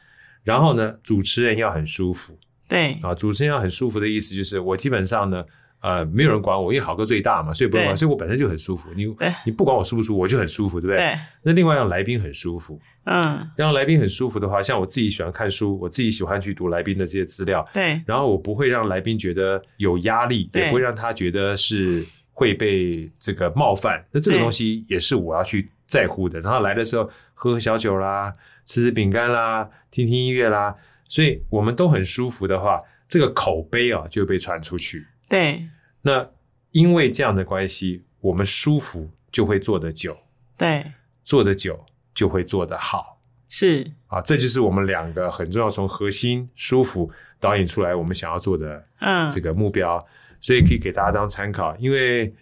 Speaker 3: 然后呢，主持人要很舒服
Speaker 2: 对
Speaker 3: 啊，主持人要很舒服的意思就是，我基本上呢，呃，没有人管我，因为好哥最大嘛，所以不用管，
Speaker 2: 对
Speaker 3: 所以我本身就很舒服。你
Speaker 2: 对
Speaker 3: 你不管我舒不舒服，我就很舒服，对不对？
Speaker 2: 对，
Speaker 3: 那另外让来宾很舒服，
Speaker 2: 嗯
Speaker 3: 让来宾很舒服的话，像我自己喜欢看书，我自己喜欢去读来宾的这些资料，
Speaker 2: 对
Speaker 3: 然后我不会让来宾觉得有压力，
Speaker 2: 对
Speaker 3: 也不会让他觉得是会被这个冒犯。那这个
Speaker 2: 对
Speaker 3: 东西也是我要去在乎的。然后来的时候喝喝小酒啦，吃吃饼干啦，听听音乐啦，所以我们都很舒服的话，这个口碑啊就被传出去。
Speaker 2: 对
Speaker 3: 那因为这样的关系，我们舒服就会做得久，
Speaker 2: 对
Speaker 3: 做得久就会做得好。
Speaker 2: 是。
Speaker 3: 啊，这就是我们两个很重要，从核心舒服导引出来我们想要做的
Speaker 2: 嗯，
Speaker 3: 这个目标，所以可以给大家当参考。因为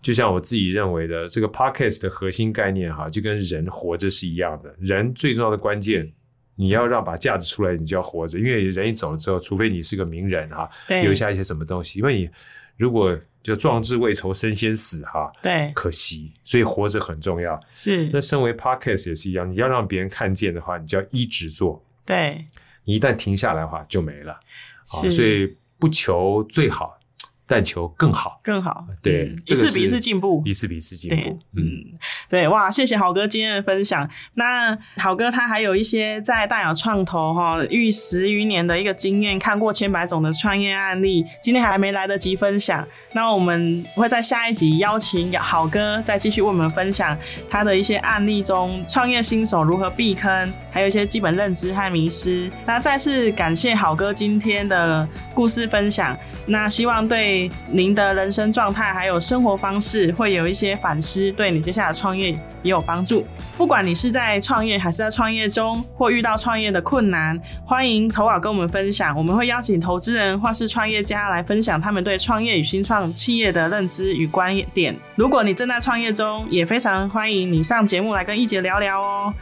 Speaker 3: 就像我自己认为的，这个 podcast 的核心概念哈，就跟人活着是一样的。人最重要的关键，你要让把价值出来，你就要活着。因为人一走了之后，除非你是个名人哈，
Speaker 2: 对
Speaker 3: 留下一些什么东西。因为你如果就壮志未酬身先死哈，
Speaker 2: 对
Speaker 3: 可惜。所以活着很重要。
Speaker 2: 是
Speaker 3: 那，身为 podcast 也是一样，你要让别人看见的话，你就要一直做。
Speaker 2: 对
Speaker 3: 你一旦停下来的话，就没了。啊，
Speaker 2: 是，
Speaker 3: 所以不求最好，但求更好，
Speaker 2: 更好。
Speaker 3: 对
Speaker 2: 嗯一
Speaker 3: 这个
Speaker 2: 次比一
Speaker 3: 是
Speaker 2: 次进步。
Speaker 3: 一次比一次进
Speaker 2: 对
Speaker 3: 步。，嗯，
Speaker 2: 嗯，对，哇，谢谢豪哥今天的分享。那豪哥他还有一些在大雅创投哈、逾十余年的一个经验，看过千百种的创业案例，今天还没来得及分享。那我们会在下一集邀请豪哥再继续为我们分享他的一些案例中，创业新手如何避坑，还有一些基本认知和迷失。那再次感谢好哥今天的故事分享，那希望对对您的人生状态还有生活方式会有一些反思，对你接下来创业也有帮助。不管你是在创业还是在创业中，或遇到创业的困难，欢迎投稿跟我们分享。我们会邀请投资人或是创业家来分享他们对创业与新创企业的认知与观点。如果你正在创业中，也非常欢迎你上节目来跟一姐聊聊哦。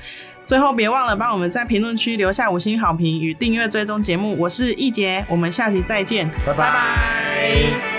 Speaker 2: 最后，别忘了帮我们在评论区留下五星好评与订阅追踪节目。我是易杰，我们下期再见，
Speaker 3: 拜拜
Speaker 2: 拜